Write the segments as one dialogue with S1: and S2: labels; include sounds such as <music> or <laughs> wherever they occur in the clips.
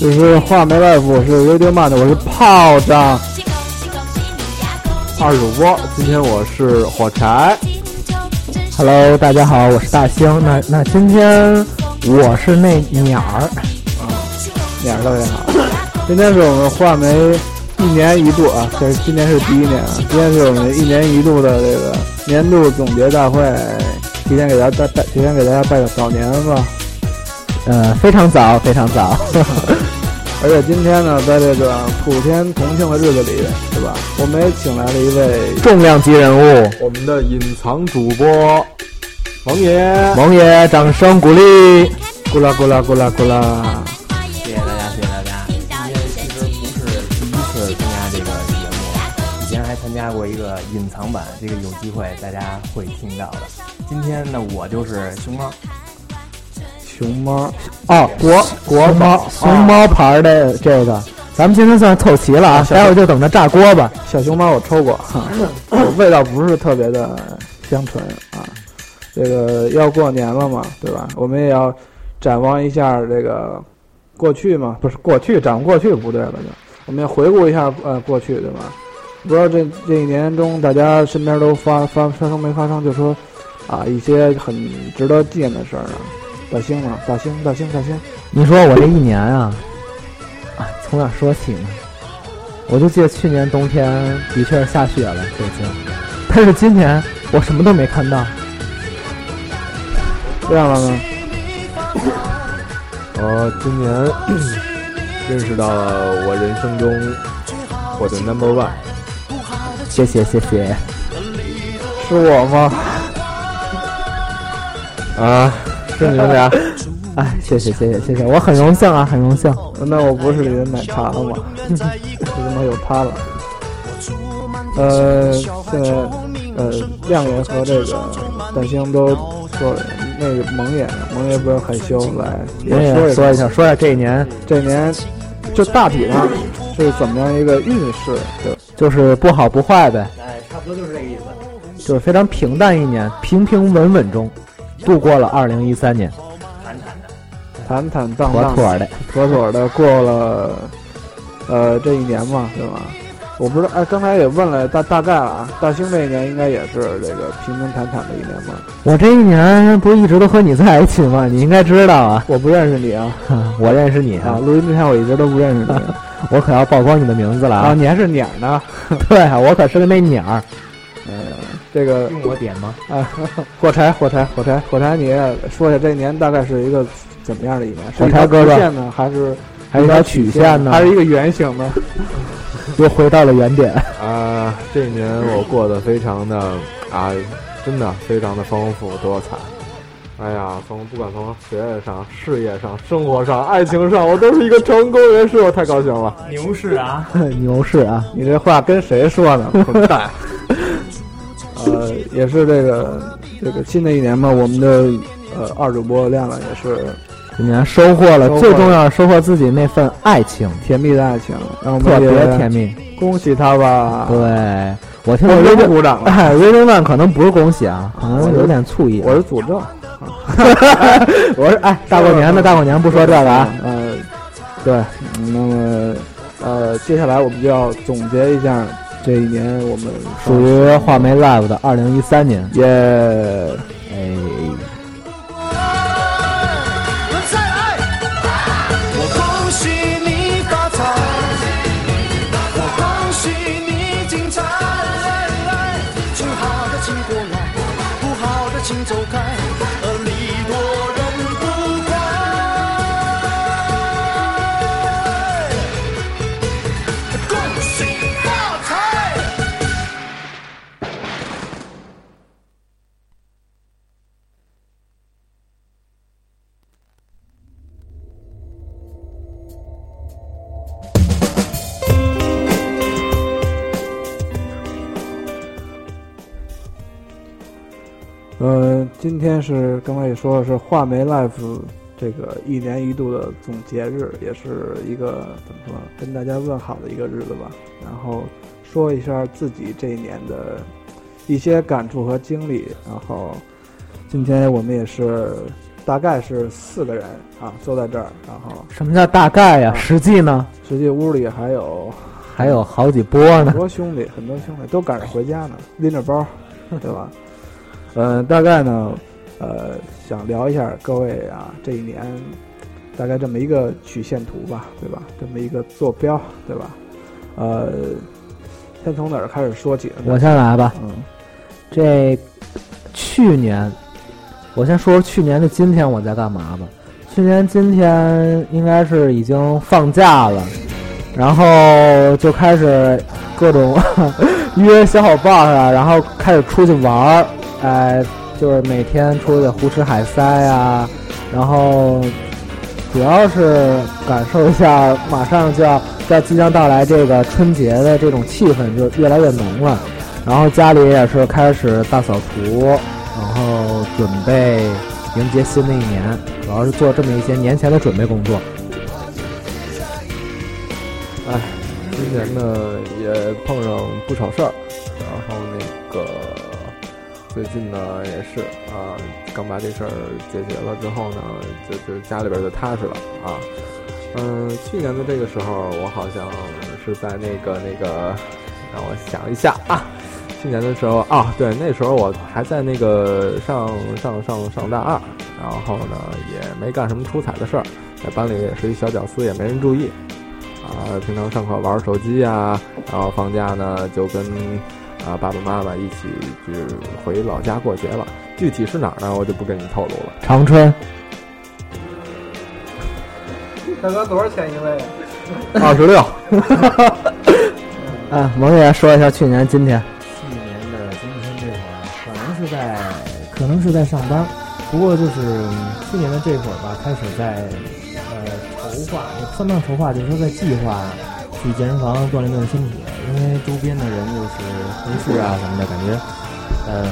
S1: 就是话没外服，我是 Radio Man 的，我是炮仗
S2: 二主播，今天我是火柴，
S3: Hello，大家好，我是大兴。那那今天我是那鸟儿，
S1: 脸儿特别好。今天是我们话梅一年一度啊，这今年是第一年啊，今天是我们一年一度的这个年度总结大会，提前给大家拜拜，提前给大家拜个早年吧。
S3: 呃，非常早，非常早。
S1: <laughs> 而且今天呢，在这个普天同庆的日子里，是吧？我们也请来了一位
S3: 重量级人物，
S2: 我们的隐藏主播王爷。
S3: 王爷，掌声鼓励。
S1: 咕啦咕啦咕啦咕啦，
S4: 谢谢大家，谢谢大家。今天其实不是第一次参加这个节目，以前还参加过一个隐藏版，这个有机会大家会听到的。今天呢，我就是熊猫，
S3: 哎
S1: 熊猫，
S3: 哦，国国
S1: 哦
S3: 猫熊猫牌的这个，咱们今天算凑齐了啊，待会儿就等着炸锅吧。
S1: 小熊猫我抽过，哈，味道不是特别的香醇啊。这个要过年了嘛，对吧？我们也要展望一下这个过去嘛，不是过去，展望过去不对了就，我们要回顾一下呃过去，对吧？不知道这这一年中大家身边都发发发生没发生，就说啊一些很值得纪念的事儿啊。大兴啊，大兴，大兴，大兴，
S3: 你说我这一年啊，啊，从哪说起呢？我就记得去年冬天的确是下雪了，北京，但是今年我什么都没看到。
S1: 亮了吗？
S2: 我哦今年 <coughs> 认识到了我人生中我的 number one，
S3: 谢谢谢谢，
S1: 是我吗？
S2: 啊，是你们俩，
S3: 哎，谢谢谢谢谢谢，我很荣幸啊，很荣幸。
S1: 那我不是里的奶茶了 <laughs> 吗？这他妈有他了。 <laughs> 呃，现在呃，亮爷和这个蛋星都说了，那个蒙爷，蒙爷不要害羞，来也说
S3: 也
S1: 一
S3: 哎说
S1: 说
S3: 一下，说一下这一年
S1: 这年就大体上是怎么样一个运势，对吧？
S3: 就是不好不坏呗，
S4: 哎，差不多就是这个意思。
S3: 就是非常平淡一年，平平稳稳中度过了二零一三年，
S1: 坦坦荡
S4: 哦
S1: 荡，
S3: 妥妥的。
S1: 妥妥的过了，呃，这一年嘛，对吧？我不知道，哎，刚才也问了大大概了啊，大兴这一年应该也是这个平平坦坦的一年嘛。
S3: 我这一年不是一直都和你在一起吗？你应该知道啊，
S1: 我不认识你啊，
S3: 我认识你
S4: 哦
S1: 啊，
S3: 啊，
S1: 录音之前我一直都不认
S3: <laughs>
S1: 识你
S3: 我可要曝光你的名字了
S1: 啊，
S3: 啊！
S1: 你还是鸟呢？
S3: 对啊，我可是个那鸟儿。嗯
S1: 这个
S4: 用我点吗？
S1: 啊，火柴，火柴，火柴，火柴，你也说一下这一年大概是一个怎么样的一年？是
S3: 火柴
S1: 一条
S3: 哥哥
S1: 直线呢，还是
S3: 还有一条曲线呢
S1: 还是一个圆形呢？
S3: 又回到了原点。 <laughs>
S2: 啊，这一年我过得非常的啊，真的非常的丰富多彩。哎呀，从不管从学业上、事业上、生活上、爱情上，我都是一个成功人士，我太高兴了。
S4: 牛市啊！
S3: 牛市啊，
S1: 你这话跟谁说
S3: <laughs>
S1: 呢？混蛋！呃，也是这个这个新的一年嘛，我们的呃二主播亮亮也是
S3: 今年收获了
S1: 收获了
S3: 最重要，收获自己那份爱情，
S1: 甜蜜的爱情，让我
S3: 特
S1: 们
S3: 别
S1: 也
S3: 甜蜜。哦
S1: 恭喜他吧！
S3: 对，我听
S1: 我
S3: 我
S1: 又
S3: r
S1: 不
S3: a
S1: 鼓掌了，
S3: 哎 r a d i One 可能不是恭喜啊，可
S1: 我
S3: 能
S1: 是
S3: 有点醋意。
S1: 我是诅咒。
S3: 我是哎，大过年的大过年不说这个啊，
S1: 呃，对，嗯那么呃，接下来我们就要总结一下这一年我们
S3: <laughs> 属于画眉 Live 的二零一三年。
S1: 也
S3: 哎，
S5: 我恭喜你发财，我恭喜你精彩。最好的请过来，不好的请走开，呃，礼多人不怪。恭喜发财。
S1: 呃，今天是刚才也说了是画眉 life 这个一年一度的总结日，也是一个怎么说跟大家问好的一个日子吧。然后说一下自己这一年的一些感触和经历。然后今天我们也是大概是四个人啊，坐在这儿，然后
S3: 什么叫大概呀？
S1: 啊
S3: 实际呢？
S1: 实际屋里还有
S3: 还有好几波
S1: 很
S3: 呢。
S1: 多兄弟，很多兄弟都赶着回家呢，拎着包，对吧？ <laughs> 呃，大概呢，呃，想聊一下各位啊，这一年大概这么一个曲线图吧，对吧？这么一个坐标，对吧？呃，先从哪儿开始说起呢？
S3: 我先来吧。
S1: 嗯
S3: 这去年，我先说说去年的今天我在干嘛吧。去年今天应该是已经放假了，然后就开始各种 <laughs> 约小伙伴儿啊，然后开始出去玩儿，哎，就是每天出去胡吃海塞啊，然后主要是感受一下马上就要要即将到来这个春节的这种气氛就越来越浓了。然后家里也是开始大扫除，然后准备迎接新的一年，主要是做这么一些年前的准备工作。
S2: 今年呢也碰上不少事儿，然后那个最近呢也是啊，刚把这事儿解决了之后呢，就就家里边就踏实了啊。嗯，去年的这个时候，我好像是在那个那个，让我想一下啊。去年的时候啊，对，那时候我还在那个上上上上大二，然后呢也没干什么出彩的事儿，在班里也是一小屌丝，也没人注意。啊，平常上课玩手机呀、然后放假呢就跟啊爸爸妈妈一起就是回老家过节了。具体是哪儿呢，我就不跟你透露了。
S3: 长春，
S1: 大哥多少钱一位？
S2: 二十六，
S3: <laughs> 啊，萌姐说一下去年今天，
S4: 去年的今天这会儿，可能是在可能是在上班，不过就是去年的这会儿吧，开始在呃筹划，也算不上筹划，就是说在计划去健身房锻炼锻炼身体，因为周边的人就是同事啊什么的，感觉嗯，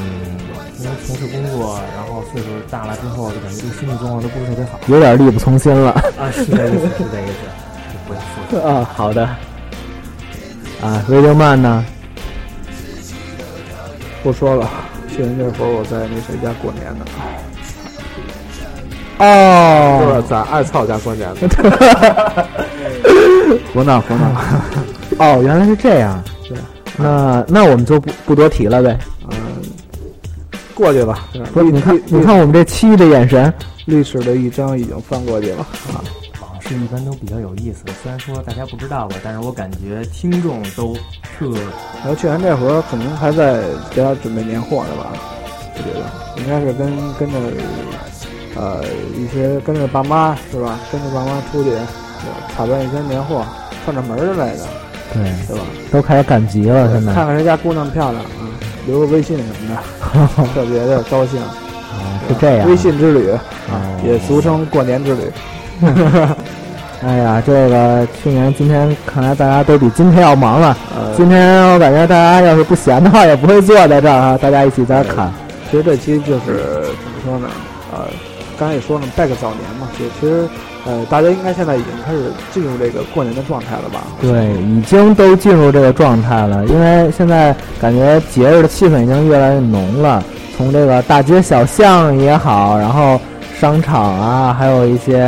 S4: 因为从事工作，然后岁数大了之后，就感觉这身体状况都不是特别好
S3: 有点力不从心了 <laughs>
S4: 啊，是这意思，是这意思，就不要说了。
S3: 啊。好的。啊，维德曼呢？
S1: 不说了，去年这会儿我在那谁家过年呢，
S2: 就是
S3: 哦，
S2: 在艾草家过年 <laughs> 的。
S1: 我哪我 <laughs> 哪。
S3: 哦，原来是这样。
S1: 是
S3: 那那我们就不不多提了呗。
S1: 嗯，过去吧。
S3: 不是，
S1: 历
S3: 你看，
S1: 历
S3: 你看我们这七的眼神，
S1: 历史的一章已经翻过去了啊。
S4: 往事一般都比较有意思，虽然说大家不知道吧，但是我感觉听众都特
S1: 然后去年这会儿可能还在家准备年货呢吧，我觉得应该是跟跟着呃一些跟着爸妈是吧，跟着爸妈出去呃采办一些年货，串串门儿之类的，
S3: 对，
S1: 对吧？
S3: 都开始赶集了，现在。
S1: 看看谁家姑娘漂亮啊，留个微信什么的， <laughs> 特别的高兴。
S3: 啊是这样。
S1: 微信之旅
S3: 哦
S1: 啊，也俗称过年之旅。
S3: 哎呀，这个去年今天看来大家都比今天要忙了。
S1: 呃，
S3: 今天我感觉大家要是不闲的话，也不会坐在这儿啊，大家一起在这儿侃。
S1: 其实这期就是怎么说呢？呃，刚才也说了，拜个早年嘛。其实，其实，呃，大家应该现在已经开始进入这个过年的状态了吧？
S3: 对，已经都进入这个状态了，因为现在感觉节日的气氛已经越来越浓了。从这个大街小巷也好，然后商场啊，还有一些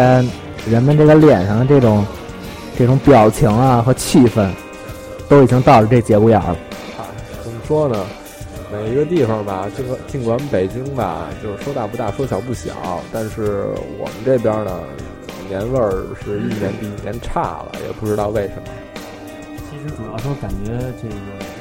S3: 人们这个脸上的这种这种表情啊和气氛，都已经到了这节骨眼儿了。
S2: 怎么说呢？每一个地方吧，尽管尽管北京吧，就是说大不大，说小不小，但是我们这边呢，年味儿是一年比一年差了，也不知道为什么。
S4: 其实主要说感觉这个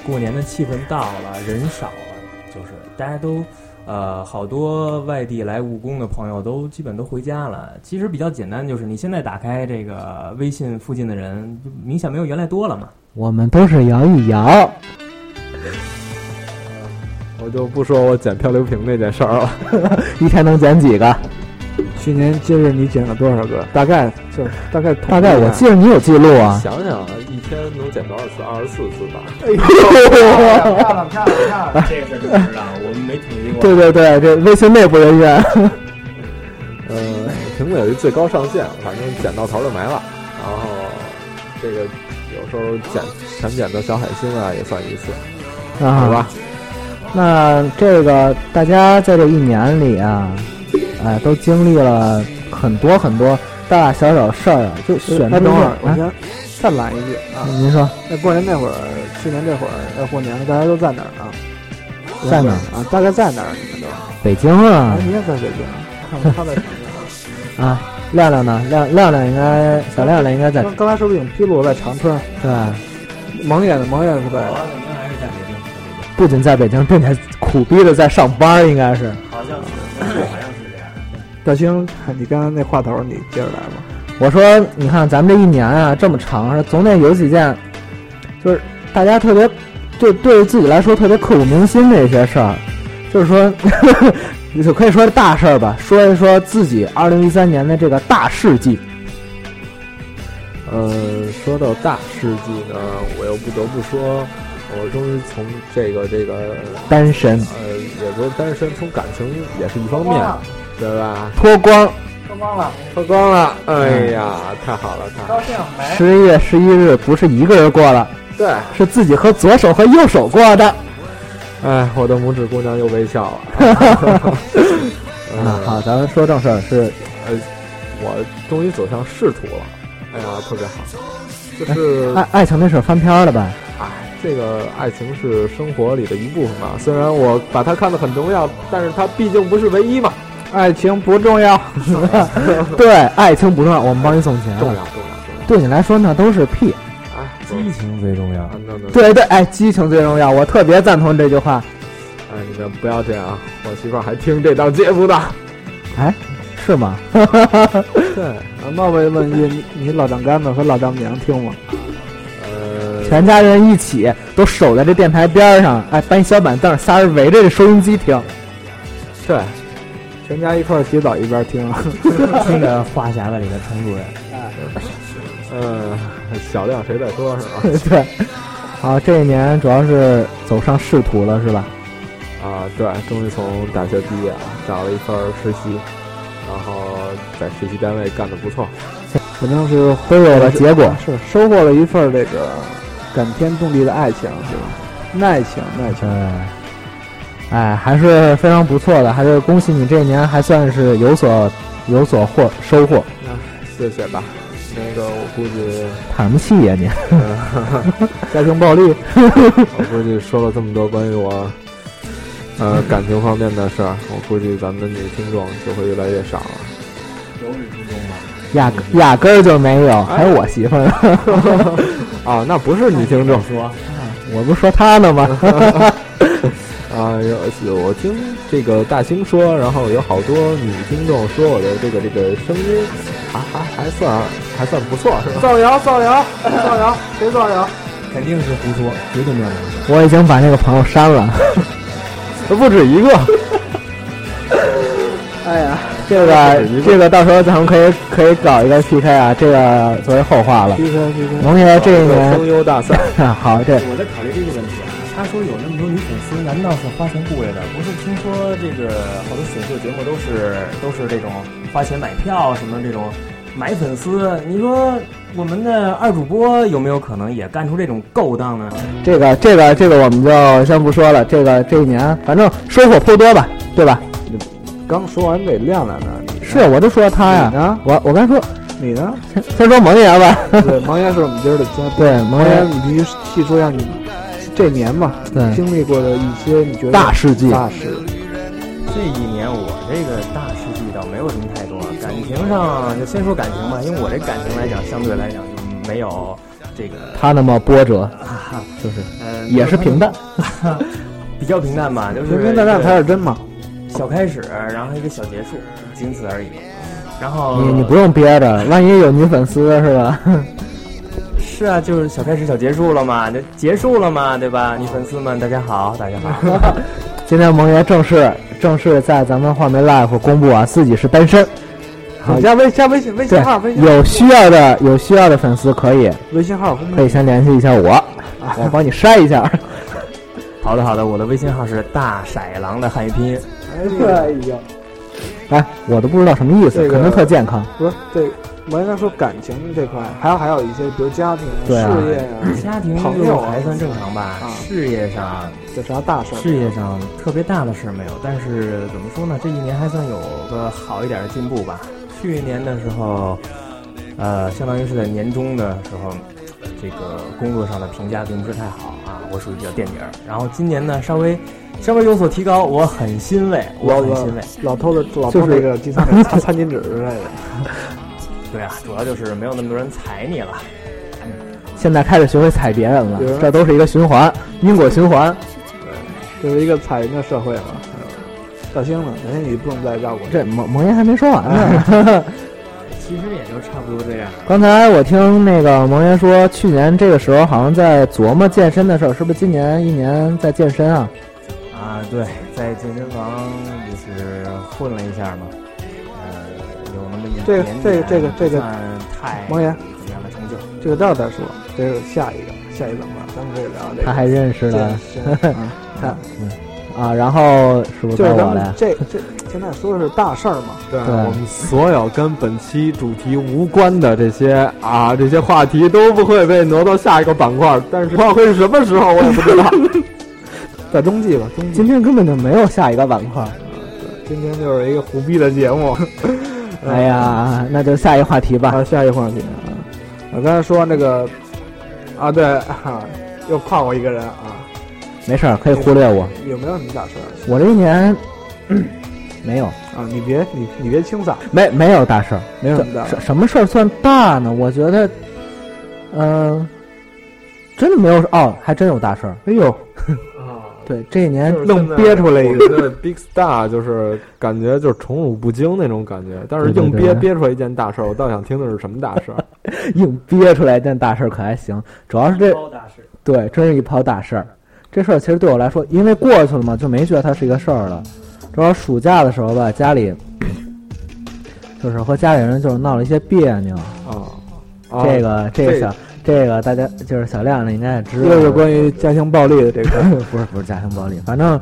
S4: 过年的气氛到了，人少了，就是大家都，呃，好多外地来务工的朋友都基本都呃回家了。其实比较简单，就是你现在打开这个微信附近的人，就明显没有原来多了嘛。
S3: 我们都是摇一摇。
S2: 我就不说我捡漂流瓶那件事儿了。
S3: 一天能捡几个？
S1: 去年今日你捡了多少个？大概就是大概
S3: 大概我记得你有记录啊。
S2: 想想啊，一天能捡多少次？二十四次吧。
S4: 漂亮漂亮漂亮！这个事儿不知道，我们没统计过。
S3: 对对对，这微信内部人员
S2: 呃，屏幕有一最高上限，反正捡到头就没了。然后这个有时候捡全捡的小海星啊，也算一次，
S3: 啊，
S2: 好吧？
S3: 那这个大家在这一年里啊，啊、哎，都经历了很多很多大大小小的事儿啊，就选
S1: 哎，
S3: 中
S1: 等会
S3: 了啊
S1: 儿，。我先再来一句啊
S3: 哎，！您说
S1: 那过年那会儿，去年这会儿要过年了，大家都在哪儿啊？
S3: 在哪儿
S1: 啊？大概在哪儿？你们都？
S3: 北京啊
S1: 哎，你也在北京？看看他在什么地方？
S3: 啊，亮亮呢？亮亮亮应该小亮亮应 <laughs> 该在
S1: 刚刚才是不是已经披露在长春？
S3: 对吧，
S1: 蒙眼的蒙眼是在
S3: 哦
S4: 我怎么还是在北京？在
S3: 不仅在北京，并且苦逼的在上班，应该是
S4: 北京好像是，好像是这样。
S1: 大兴，你刚才那话头，你接着来吧。
S3: 我说，你看咱们这一年啊，这么长，总得有几件，就是大家特别，就对自己来说特别刻骨铭心的一些事儿，就是说， <laughs> 你就可以说是大事儿吧，说一说自己二零一三年的这个大事迹。
S2: 呃，说到大事迹呢，我又不得不说，我终于从这个这个
S3: 单身
S2: 呃，也不是单身，从感情也是一方面，对吧？
S3: 脱光，
S4: 脱光了，
S2: 脱光了，哎呀，太好了，太好
S4: 高
S2: 了，
S4: 兴没？
S3: 十一月十一日不是一个人过的，
S2: 对，
S3: 是自己和左手和右手过的。
S2: 哎，我的拇指姑娘又微笑了。
S3: 啊，
S2: 嗯，
S3: 好，咱们说正事儿，是
S2: 我终于走上仕途了，哎呀，特别好，就是
S1: 嗯
S3: 爱爱情那事儿翻篇儿了吧？
S2: 哎，这个爱情是生活里的一部分嘛。虽然我把它看得很重要，但是它毕竟不是唯一嘛。
S1: 爱情不重要，
S3: <laughs> 对，爱情不重要，我们帮你送钱。
S2: 重要，重要，重要。
S3: 对你来说那都是屁。
S2: 哎，
S4: 激情最重要
S2: 啊，，那那，
S3: 对对，哎，激情最重要，我特别赞同这句话。
S2: 哎，你们不要这样啊！我媳妇儿还听这档节目呢。
S3: 哎，是吗？ <laughs>
S2: 对，
S1: 啊冒昧问一句，你你老丈杆子和老丈母娘听吗？
S3: <laughs>
S2: 呃，
S3: 全家人一起都守在这电台边儿上，哎，搬一小板凳，仨人围着这收音机听， <laughs>
S2: 对，
S1: 全家一块儿洗澡一边听，啊
S3: <laughs>
S4: 听着话匣子里的程主任，
S2: 呃，小亮谁在说是吧？
S3: <laughs> 对。好，这一年主要是走上仕途了，是吧？
S2: 啊，对，终于从大学毕业了，找了一份儿实习，然后在实习单位干得不错。
S1: 反正是
S3: 都有了结果。
S1: 是收获了一份这个感天动地的爱情，是吧？耐情，耐情。
S3: 嗯，哎，还是非常不错的，还是恭喜你这一年还算是有所有所获收获。
S2: 谢谢吧，那个我估计。
S3: 叹什么气呀你？ <laughs>
S1: 家庭暴力，
S2: 我估计说了这么多关于我，呃，感情方面的事儿，我估计咱们的女听众就会越来越少了。
S4: 由始至终嘛。
S3: 压压根儿就没有，还有我媳妇儿呢。 <laughs>
S2: <laughs> 啊，那不是女听众
S4: 说，
S3: 我不是说她呢吗？ <laughs>
S2: 啊，有我听这个大兴说，然后有好多女听众说我的这个这个声音还还还算还算不错，是吧？
S1: 造谣，造谣，造谣，谁造谣？
S4: 肯定是胡说，绝对没有胡说。
S3: 我已经把那个朋友删了。 <laughs>
S2: 不止一个，
S1: 哎呀，
S3: 这个这个到时候咱们可以可以搞一个 PK 啊，这个作为后话了。
S1: 逼哥，逼
S3: <laughs>
S1: 哥，
S3: 龙爷这
S2: 声
S3: 一年
S2: 优大赛，
S3: <laughs> 好，这
S4: 我在考虑这个问题啊。他说有那么多女粉丝，难道是花钱雇来的？不是听说这个好多选秀节目都是都是这种花钱买票什么这种买粉丝？你说我们的二主播有没有可能也干出这种勾当呢？
S3: 这个这个这个我们就先不说了。这个这一年反正收获颇多吧，对吧？嗯
S1: 刚说完得亮亮呢，你呢
S3: 是，我就说他
S1: 你
S3: 呀。
S1: 呢？
S3: 我我刚说，
S1: 你呢？
S3: 先先说蒙爷吧。 <laughs>
S1: 对，盲爷是我们今儿的嘉宾。
S3: 对
S1: 盲
S3: 蒙
S1: 爷，
S3: 爷
S1: 你必须细说一下你这年嘛，
S3: 对
S1: 经历过的一些你觉得
S3: 大事记
S1: 大事，
S4: 这一年我这个大事记倒没有什么太多，感情上就先说感情吧，因为我这感情来讲，相对来讲就没有这个，
S3: 他那么波折，
S4: 啊、
S3: 就是
S4: 呃，
S3: 也是平淡。
S4: <laughs> 比较平淡吧，就是
S1: 平平淡淡
S4: 一个
S1: 才是真嘛。
S4: 小开始，然后一个小结束，仅此而已。
S1: 嗯
S4: 然后
S3: 你你不用憋着，万一有女粉丝是吧？ <laughs>
S4: 是啊，就是小开始小结束了嘛，就结束了嘛，对吧？女粉丝们，大家好，大家
S3: <laughs>
S4: 好。
S3: 今天蒙爷正式正式在咱们画眉 life 公布啊，自己是单身。好
S1: 加微加微信微
S3: 对
S1: 信号，微，信
S3: 有需要的有需要的粉丝可以
S1: 微信号公
S3: 可
S1: 屏
S3: 以先联系一下我，我帮你筛一下。 <laughs>
S4: 好的好的，我的微信号是大色狼的汉语拼音。
S1: 哎呀，
S3: 哎，我都不知道什么意思，
S1: 这个
S3: 可能特健康。
S1: 不是这我应该说感情这块，还有还有一些，比如家庭、
S3: 对啊
S1: 事业啊，
S4: 家庭
S1: 朋
S4: 就
S1: 友啊
S4: 还算正常吧
S1: 啊，
S4: 事业上
S1: 有啥大事儿？
S4: 事业上特别大的事儿没有，但是怎么说呢？这一年还算有个好一点的进步吧。去年的时候，呃，相当于是在年终的时候，这个工作上的评价并不是太好啊，我属于比较垫底儿。然后今年呢，稍微稍微有所提高，我很欣慰，我
S1: 老
S4: 很
S1: 老
S4: 欣慰。
S1: 老偷的老
S3: 就
S1: 偷
S3: 是
S1: 这个计算擦餐巾纸之类的，
S4: 对啊，主要就是没有那么多人踩你了。
S3: 现在开始学会踩别人了
S1: 别人，
S3: 这都是一个循环，因果循环。
S1: 这是一个彩云的社会嘛。大兴呢？大兴你不能再绕过去。
S3: 这魔魔岩还没说完呢。 <laughs>
S4: 其实也就差不多这样。
S3: 刚才我听那个蒙岩说，去年这个时候好像在琢磨健身的事儿，是不是今年一年在健身啊？
S4: 啊，对，在健身房就是混了一下嘛，呃，有那么一
S1: 这个
S4: 点点
S1: 这个这个这个
S4: 不算太
S1: 王岩
S4: 怎么样的成就？
S1: 这个待会儿再说，这是下一个，下一个嘛，咱们可以聊这个。
S3: 他还认识了
S1: 健
S3: <laughs>
S1: 身啊看
S3: 啊，然后是不是
S1: 就
S3: 该
S1: 是咱
S3: 我
S1: 们
S3: 了？
S1: 这这现在说的是大事儿嘛，
S2: 对，
S3: 对啊
S2: 我们所有跟本期主题无关的这些啊，这些话题都不会被挪到下一个板块，但是不知道会是什么时候，我也不 <laughs> 知道。
S1: 在冬季吧，冬季
S3: 今。天根本就没有下一个板块。
S1: 今天就是一个胡逼的节目。 <laughs>
S3: 哎呀，那就下一话题吧。
S1: 啊，下一个话题啊，我刚才说那个啊，对啊，又跨我一个人啊，
S3: 没事儿，可以忽略我。
S1: 有没有你大事儿
S3: 我这一年、嗯没有，
S1: 啊？你别你你别清嗓，
S3: 没没有大事儿。
S1: 没有什么大事
S3: 什什么事儿算大呢？我觉得，嗯、真的没有哦，还真有大事儿。
S1: 哎呦，
S2: 啊，
S3: 对，这一年
S1: 愣憋出来一个
S2: 我觉得 Big Star 就是感觉就是宠辱不惊那种感觉，但是
S3: 对对
S2: 硬憋
S3: 对
S2: 憋出来一件大事儿，我倒想听的是什么大
S3: <laughs>
S2: 事儿。
S3: 硬憋出来一件大事儿可还行，主要是这
S4: 大事，
S3: 对，真是一泡大事儿。这事儿其实对我来说，因为过去了嘛，就没觉得它是一个事儿了。主要暑假的时候吧，家里就是和家里人就是闹了一些别扭，
S2: 啊，啊
S3: 这个这
S2: 这
S3: 个小这个大家就是小亮亮应该也知道，
S1: 又是关于家庭暴力的这个
S3: <laughs> 不是不是家庭暴力，反正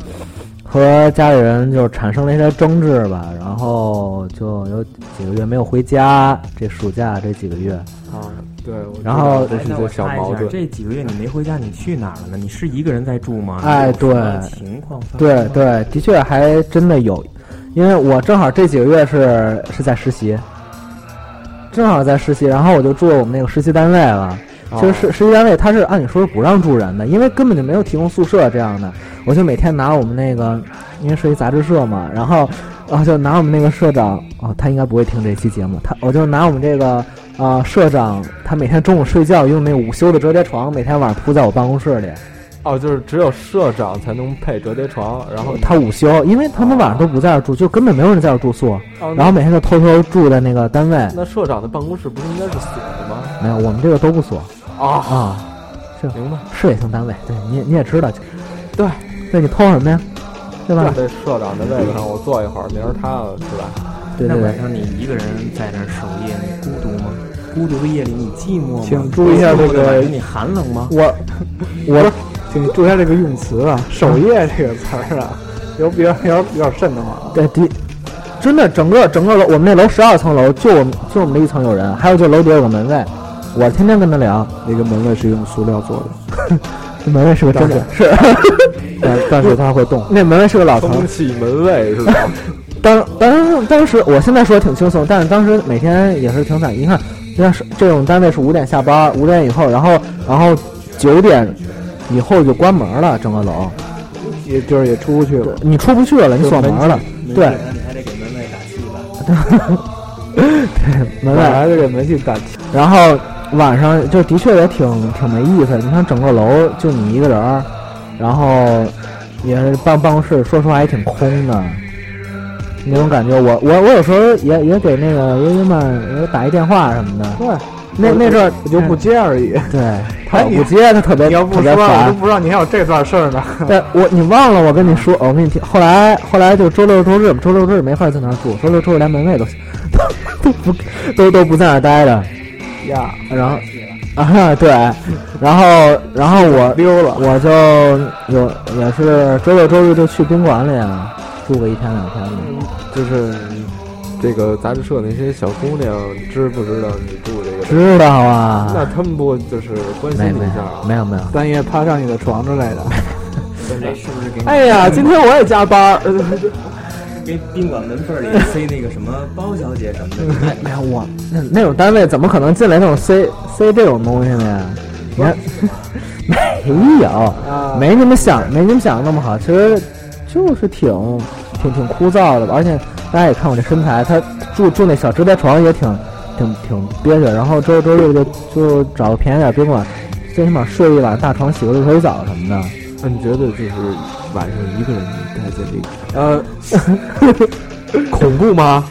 S3: 和家里人就产生了一些争执吧，然后就有几个月没有回家，这暑假这几个月，
S2: 啊，对，我
S3: 然后
S2: 知道这是
S4: 哎那
S2: 一些
S4: 我
S2: 小
S4: 插一
S2: 矛
S4: 下，
S2: 盾。
S4: 这几个月你没回家，你去哪儿了呢？你是一个人在住吗？
S3: 哎
S4: 有什么
S3: 对
S4: 情况发生
S3: 对
S4: 吗，
S3: 对，的确还真的有，因为我正好这几个月是是在实习，正好在实习，然后我就住我们那个实习单位了。
S2: 哦
S3: 其实实实习单位它是按理说是不让住人的，因为根本就没有提供宿舍这样的。我就每天拿我们那个，因为是一杂志社嘛，然后然后就拿我们那个社长，哦，他应该不会听这期节目，他我就拿我们这个呃社长，他每天中午睡觉用那个午休的折叠床，每天晚上铺在我办公室里。
S2: 哦，就是只有社长才能配折叠床，然后
S3: 他午休，因为他们晚上都不在这儿住，就根本没有人在这儿住宿，
S2: 哦
S3: 然后每天就偷偷住在那个单位。
S2: 那社长的办公室不是应该是锁的吗？
S3: 没有，我们这个都不锁
S2: 啊，
S3: 啊，
S2: 明白。
S3: 事业性单位。对，你也你也知道，
S2: 对，
S3: 对你偷什么呀？对吧？
S2: 在社长的位置上我坐一会儿，明儿他是吧？
S3: 对
S4: 那
S3: 对
S4: 晚
S3: 对，
S4: 上你一个人在这儿守夜，你孤独吗？孤独的夜里你寂寞吗？
S1: 请注意一下这个
S4: 孤独的晚上你寒冷吗？
S1: 我我，请注意一下这个用词啊，守夜这个词儿啊， <laughs> 有比较有点有点瘆得慌啊。
S3: 对的，真的整个整个楼，我们那楼十二层楼，就我们就我们这一层有人，还有就楼底下有个门卫，我天天跟他聊，
S1: 那个门卫是用塑料做的，
S3: <laughs> 这门卫是个真 <laughs> 人，是，
S1: 但但是它会动。
S3: 那门卫是个老头儿，
S2: 风气门卫是吧？ <laughs>
S3: 当当当时我现在说挺轻松，但是当时每天也是挺惨。你看，像是这种单位是五点下班，五点以后，然后然后九点以后就关门了，整个楼
S1: 也就是也出不去了。
S3: 你出不去了，你锁门了。对，
S4: 你还得给门卫打气吧。
S1: <laughs> 本
S3: 门外。
S1: 来就给煤气打气，
S3: 然后晚上就的确也挺挺没意思。你看整个楼就你一个人儿，然后也是办办公室，说实话也挺空的。那种感觉，我我我有时候也也给那个约约曼也打一电话什么的，
S1: 对，
S3: 那那阵儿
S1: 我就不接而已。
S3: 对，他
S1: 哎
S3: 老
S1: 你
S3: 不接，他特别
S1: 你要不说，
S3: 特
S1: 啊
S3: 别
S1: 我都
S3: 烦。
S1: 不知道你还有这段事儿呢。
S3: 但我你忘了我跟你说，哦我跟你听，后来后来就周六周日，周六周日没法在那儿住，周六周日连门卫都 <laughs> 都不都都不在那儿待着，
S1: <laughs> 呀，
S3: 然后啊 <laughs> 对，然后然后我
S1: 溜了。
S3: 我就有也是周六周日就去宾馆里啊住个一天两天的，
S2: 就是这个杂志社那些小姑娘知不知道你住这个地儿？
S3: 知道啊？
S2: 那他们不就是关心
S3: 没
S2: 你
S3: 没
S2: 一下啊？
S3: 没有没有，
S1: 半夜趴上你的床之类的。
S2: 真的
S4: 是不是给你
S1: 哎呀，今天我也加班儿，呃
S4: 给宾馆门缝里塞那个什么包小姐什么的？
S3: 没有哎我那那种单位怎么可能进来那种塞塞这种东西呢呀？你看， <laughs> 没有，没你们想没你们想的那么好，其实就是挺挺挺枯燥的吧。而且大家也看我这身材，他住住那小直排床也挺挺挺憋屈，然后周周六就就找个便宜点宾馆，最起码睡一晚大床，洗个热水澡什么的。
S2: 那你觉得就是晚上一个人待在这个
S1: 呃，
S2: <laughs> 恐怖吗？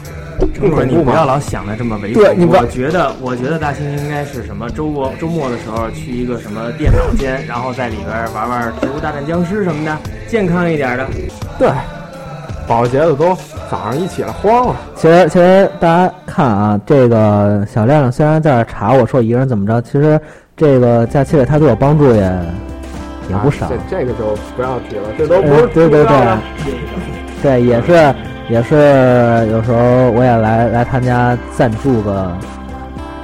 S4: 程主任，你不要老想的这么猥
S1: 对你
S4: 琐。
S1: 不要
S4: 我觉得，我觉得大兴应该是什么周末周末的时候去一个什么电脑间，然后在里边玩玩《植物大战僵尸》什么的，健康一点的。
S2: 对，保洁的都早上一起来慌了。
S3: 其实，其实大家看啊，这个小亮亮虽然在这儿查我说我一个人怎么着，其实这个假期里他对我帮助也也不少
S2: 啊，这这个就不要提了，这都不是
S3: 哎对对对
S2: 提到的
S3: 对，也是也是有时候我也来来他家暂住个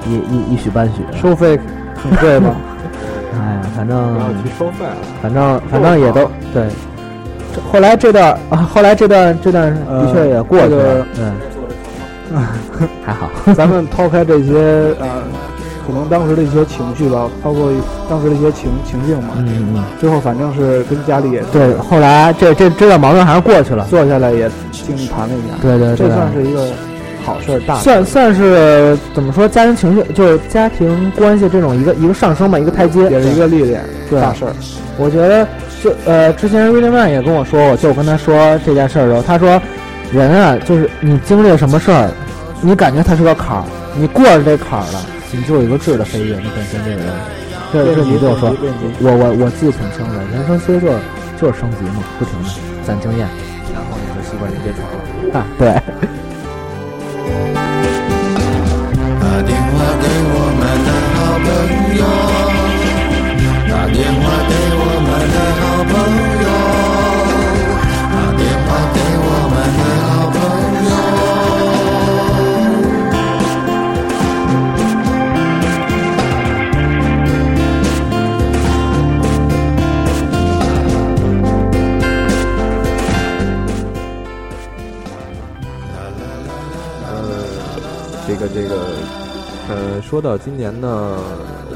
S3: 一一一宿半宿，
S1: 收费
S3: <laughs>
S1: 很贵吗？
S3: 哎呀，反
S2: 不
S3: 正
S2: 要提收费了。
S3: 反正反正也都对。这后来这段啊，后来这段这段的确也过去了
S1: 呃，
S3: 嗯，还好，
S1: 咱们抛开这些呃，可能当时的一些情绪吧，包括当时的一些情情境嘛，
S3: 嗯嗯，
S1: 最后反正是跟家里也
S3: 对，后来这这这段矛盾还是过去了，
S1: 坐下来也静谈了一下，
S3: 对对对，
S1: 这算是一个好事儿，大事儿。
S3: 算算是怎么说？家庭情绪就是家庭关系这种一个一个上升吧，一个台阶，
S1: 也是一个历练，
S3: 对
S1: 大事儿。
S3: 我觉得就呃，之前 William Ryan 也跟我说过，就我跟他说这件事儿的时候，他说人啊，就是你经历了什么事儿，你感觉它是个坎儿，你过了这坎儿了，你就有一个质的飞跃，你本身这个人，这这你对我说，我我我记得挺清楚的，人生其实就是就是升级嘛，不停的攒经 <laughs> 验，
S4: 然后你就习惯于别床了。
S3: 啊，对。
S6: 打电话给我们的好朋友，打电话给我们的好朋友，打电话给我们的好朋友。
S2: 这个这个，呃，说到今年呢，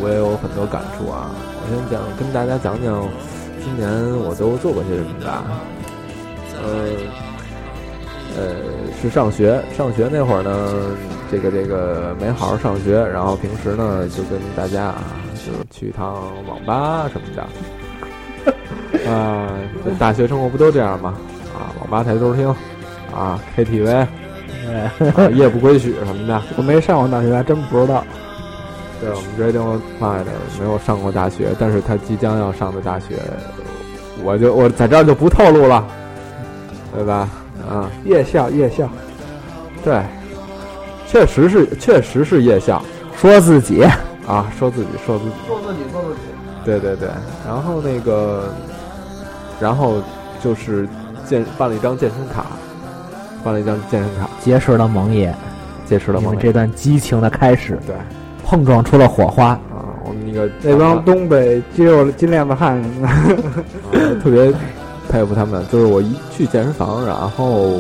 S2: 我也有很多感触啊。我先讲跟大家讲讲今年我都做过些什么吧。呃，呃，是上学，上学那会儿呢，这个这个没好好上学，然后平时呢就跟大家啊，就是去一趟网吧什么的。啊、这大学生活不都这样吗？啊，网吧台球厅，啊，KTV，、啊、夜不归宿什么的。
S1: 我没上过大学，还真不知道。
S2: 对，我们 Radio Mind 没有上过大学，但是他即将要上的大学，我就我在这儿就不透露了，对吧？啊，
S1: 夜校，夜校，
S2: 对，确实是，确实是夜校
S3: 说自己，
S2: 啊，说自己，说自己，说自己，说自己，对对对。然后那个，然后就是健办了一张健身卡，办了一张健身卡，
S3: 结识了蒙爷，
S2: 结识了
S3: 你
S2: 吗
S3: 们？这段激情的开始，
S2: 对
S3: 碰撞出了火花。
S2: 啊，我们那个
S1: 那帮东北肌肉金链子汉什么的，
S2: 我特别佩服他们。就是我一去健身房，然后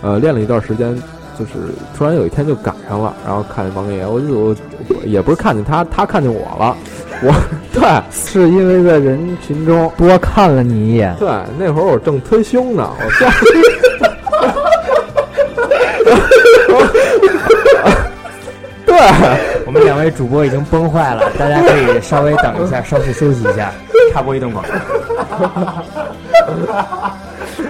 S2: 呃练了一段时间，就是突然有一天就赶上了，然后看见王爷，我就我我也不是看见他，他看见我了，我 <laughs> 对。
S1: 是因为在人群中
S3: 多看了你一眼，
S2: 对，那会儿我正推胸呢，我下。对，
S4: <laughs> 我们两位主播已经崩坏
S3: <laughs>
S4: 了，大家可以稍微等一下，稍事休息一下，插播一段广
S1: <laughs>
S4: 告。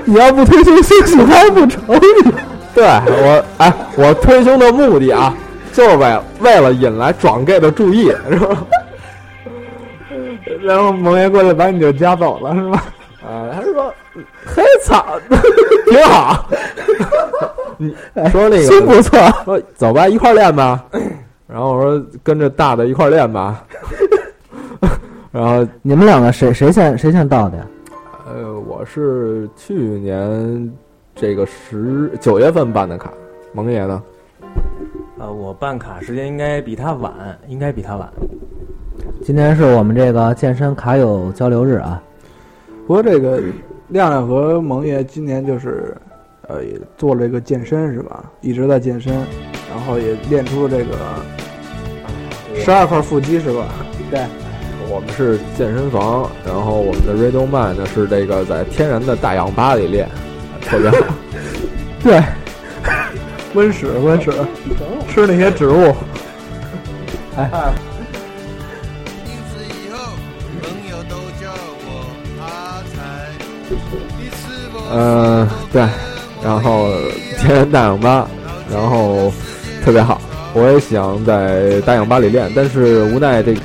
S2: 你要不推胸，休息拍不成你。对我，哎，我推胸的目的啊，就是为为了引来转 gay 的注意，是吧？
S1: <laughs> 然后蒙爷过来把你就夹走了，是吧？
S2: 啊，他说，嘿，操， <laughs> 挺好。
S1: 哎
S2: 你说那个
S3: 真不错。
S2: 说走吧，一块儿练吧。然后我说跟着大的一块儿练
S1: <laughs>
S2: 吧。然后
S3: 你们两个谁谁先谁先到的呀？
S2: 呃，我是去年这个十九月份办的卡，萌爷呢？
S4: 呃，我办卡时间应该比他晚，应该比他晚。
S3: 今天是我们这个健身卡友交流日啊，
S1: 不过这个亮亮和萌爷今年就是，呃，也做了一个健身是吧？一直在健身，然后也练出这个十二块腹肌是吧？对，
S2: 我们是健身房，然后我们的 Radio Man 呢是这个在天然的大氧吧里练，特
S3: <laughs>
S2: 别好。
S1: 对，温室温室，吃那些植物。
S5: 从此以后，朋友都叫我阿才。你是否
S2: 呃，对，然后天然大氧吧，然后特别好。我也想在大氧吧里练，但是无奈这个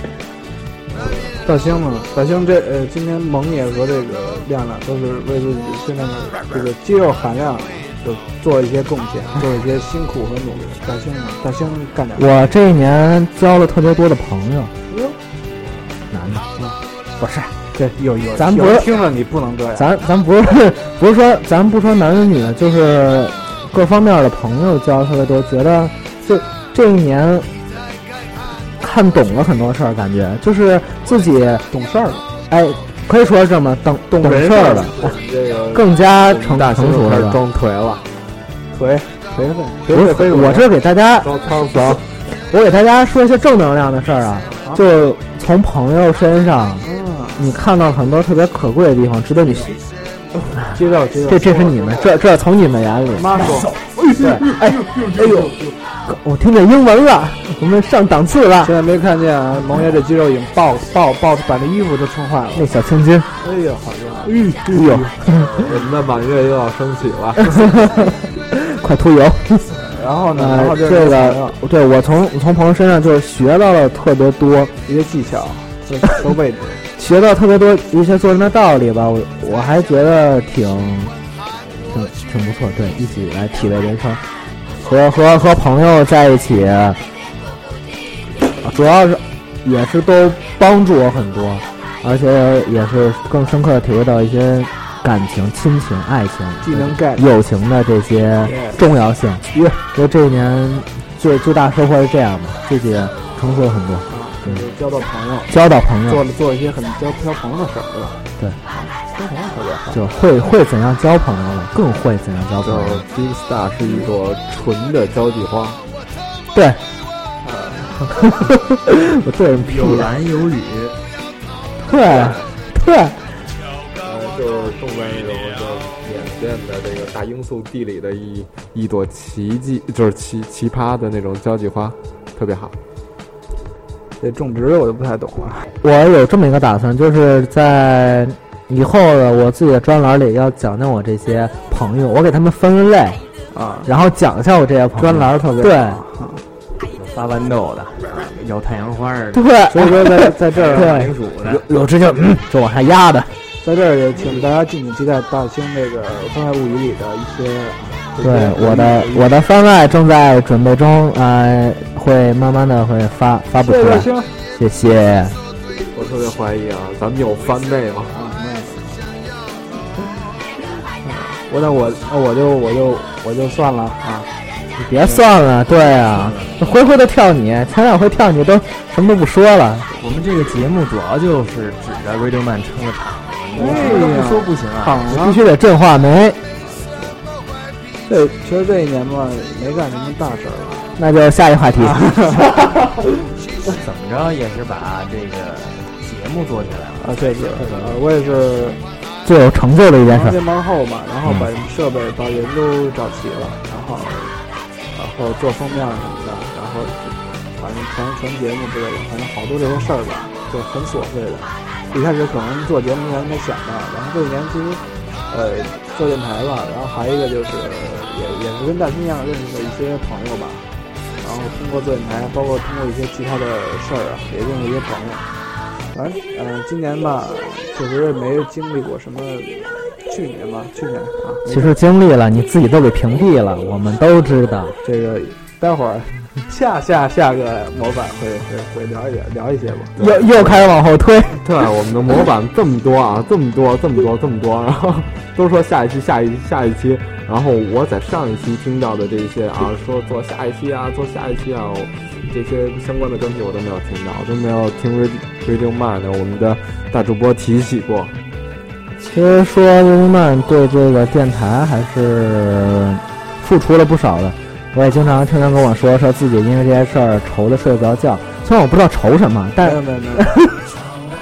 S1: 大兴呢？大兴这呃，今天萌也和这个亮亮都是为自己训练的这个肌肉含量，就做一些贡献，做一些辛苦和努力。大兴呢？大兴干点
S3: 我这一年交了特别多的朋友，男的，不是，
S1: 对，有有，
S3: 咱不
S1: 有
S3: 是
S1: 听着你不能这样。
S3: 咱咱不是不是说咱不说男的女的，就是各方面的朋友交特别多，觉得就这一年看懂了很多事儿，感觉就是自己
S1: 懂事儿了，
S3: 哎，可以说是这么懂懂事儿了，
S2: 我们这个
S3: 更加 <laughs> 成
S2: 大
S3: 成
S2: 兴
S3: 熟
S2: 开
S3: 了
S2: 始
S3: 吧。
S2: 装颓了，
S1: 颓颓废，
S3: 不
S1: 颓废
S3: 是，
S1: 非主流
S3: 我这给大家
S2: 装沧
S3: <laughs>
S2: 桑。
S3: 我给大家说一些正能量的事儿啊，嗯就从朋友身上，
S1: 啊，
S3: 你看到很多特别可贵的地方，值得你学。
S1: 接着接着，
S3: 这这是你们，这这从你们眼里，
S1: 妈说，
S3: 对，哎，哎呦，我听见英文了，我们上档次了
S1: 现。在没看见啊，萌爷这肌肉已经爆爆爆，把这衣服都撑坏了。
S3: 那小青筋，
S1: 哎呀，好厉害！
S3: 哎呦，
S2: 我们的满月又要升起了，
S3: 快出油！
S1: 然后呢，然
S3: 呃
S1: 后，就是
S3: 这
S1: 朋友
S3: 个，对我从我从朋友身上就是学到了特别多，
S1: 一些技 <laughs> 巧，就收位置，
S3: 学到特别多一些做人的道理吧。我我还觉得挺挺挺不错，对，一起来体味人生，和和和朋友在一起，啊主要是也是都帮助我很多，而且也是更深刻的体会到一些感情、亲情、爱情、
S1: 技能 get。
S3: 友情的这些重要性。因为这一年最最大收获是这样吧，自己成熟了很多，
S1: 就是交到朋友，
S3: 交到朋
S1: 做
S3: 友
S1: 了做一些很交交朋友的事儿，对吧？
S3: 对，
S1: 交朋友特别好。
S3: 就会会怎样交朋友了，更会怎样交朋
S2: 就
S3: 友
S2: 是
S3: 了。
S2: Deep Star 是一朵纯的交际花，
S3: 对，
S1: 呃
S3: <laughs> 我对人屁
S4: 有
S3: 了，
S4: 蓝有铝，
S3: 对对，
S2: 呃，就是种在那种就是缅甸的这个大罂粟地里的一一朵奇迹，就是奇奇葩的那种交际花，特别好。
S1: 这种植我就不太懂了。
S3: 我有这么一个打算，就是在以后的我自己的专栏里要讲讲我这些朋友，我给他们分类
S1: 啊，
S3: 然后讲一下我这些朋友
S1: 专栏特别
S3: 对
S1: 好啊
S4: 有发豌豆的，有太阳花的，
S3: 对，
S1: 所以说在在这儿
S3: 对
S4: 白薯的，
S3: 啊有有直接嗯，就往下压的，
S1: 在这儿也请大家敬请期待大兴这个《番外物语》里的一些
S3: 对我的我的番外正在准备中，呃，会慢慢的会发发布
S1: 对
S3: 出来
S1: 大，兴
S3: 谢谢。
S2: 我特别怀疑啊，咱们有翻倍吗？
S1: 啊我那我那我就我就我就算了啊，
S3: 别算了，对啊，回回都跳你，前两回跳你都什么都不说了，
S4: 我们这个节目主要就是指着 Radio Man 撑个场，你什哎么都不说不行啊。
S1: 躺
S3: 必
S1: 了。
S3: 须得振话梅。
S1: 这其实这一年吧，没干什么大事
S4: <laughs>
S1: 儿，
S3: 那就下一话题，
S4: 怎么着也是把这个节目做起来了。
S1: 啊，对对，呃，我也是
S3: <laughs> 最有成就的一件
S1: 忙
S3: 事，嗯
S1: 前忙后嘛，然后把设备、把人都找齐了，然后然后做封面什么的，然后反正传传节目之类的，反正好多这些事儿吧，就很琐碎的。一开始可能做节目之前没想到，然后这一年其
S3: 嗯
S1: 实呃做电台吧，然后还有一个就是也也是跟大新一样认识的一些朋友吧，然后通过做电台，包括通过一些其他的事儿啊，也认识一些朋友。反正呃，今年吧，确实没经历过什么。去年吧，去年啊，没
S3: 其实经历了，你自己都给屏蔽了，我们都知道。
S1: 这个待会儿 <laughs> 下下下个模板会会会聊一点聊一些吧。
S3: 又又开始往后推，
S2: 对，我们的啊模板这么多啊，这么多，这么多，这么多，然后都说下一期，下一期，下一期，然后我在上一期听到的这些啊，说做下一期啊，做下一期啊，我这些相关的专辑我都没有听到，我都没有听 Radio Radio Man 的我们的大主播提起过。
S3: 其实说刘明曼对这个电台还是付出了不少的。我也经常听他跟我说，说自己因为这些事儿愁的睡不着觉。虽然我不知道愁什么，但
S1: 没有没有没有，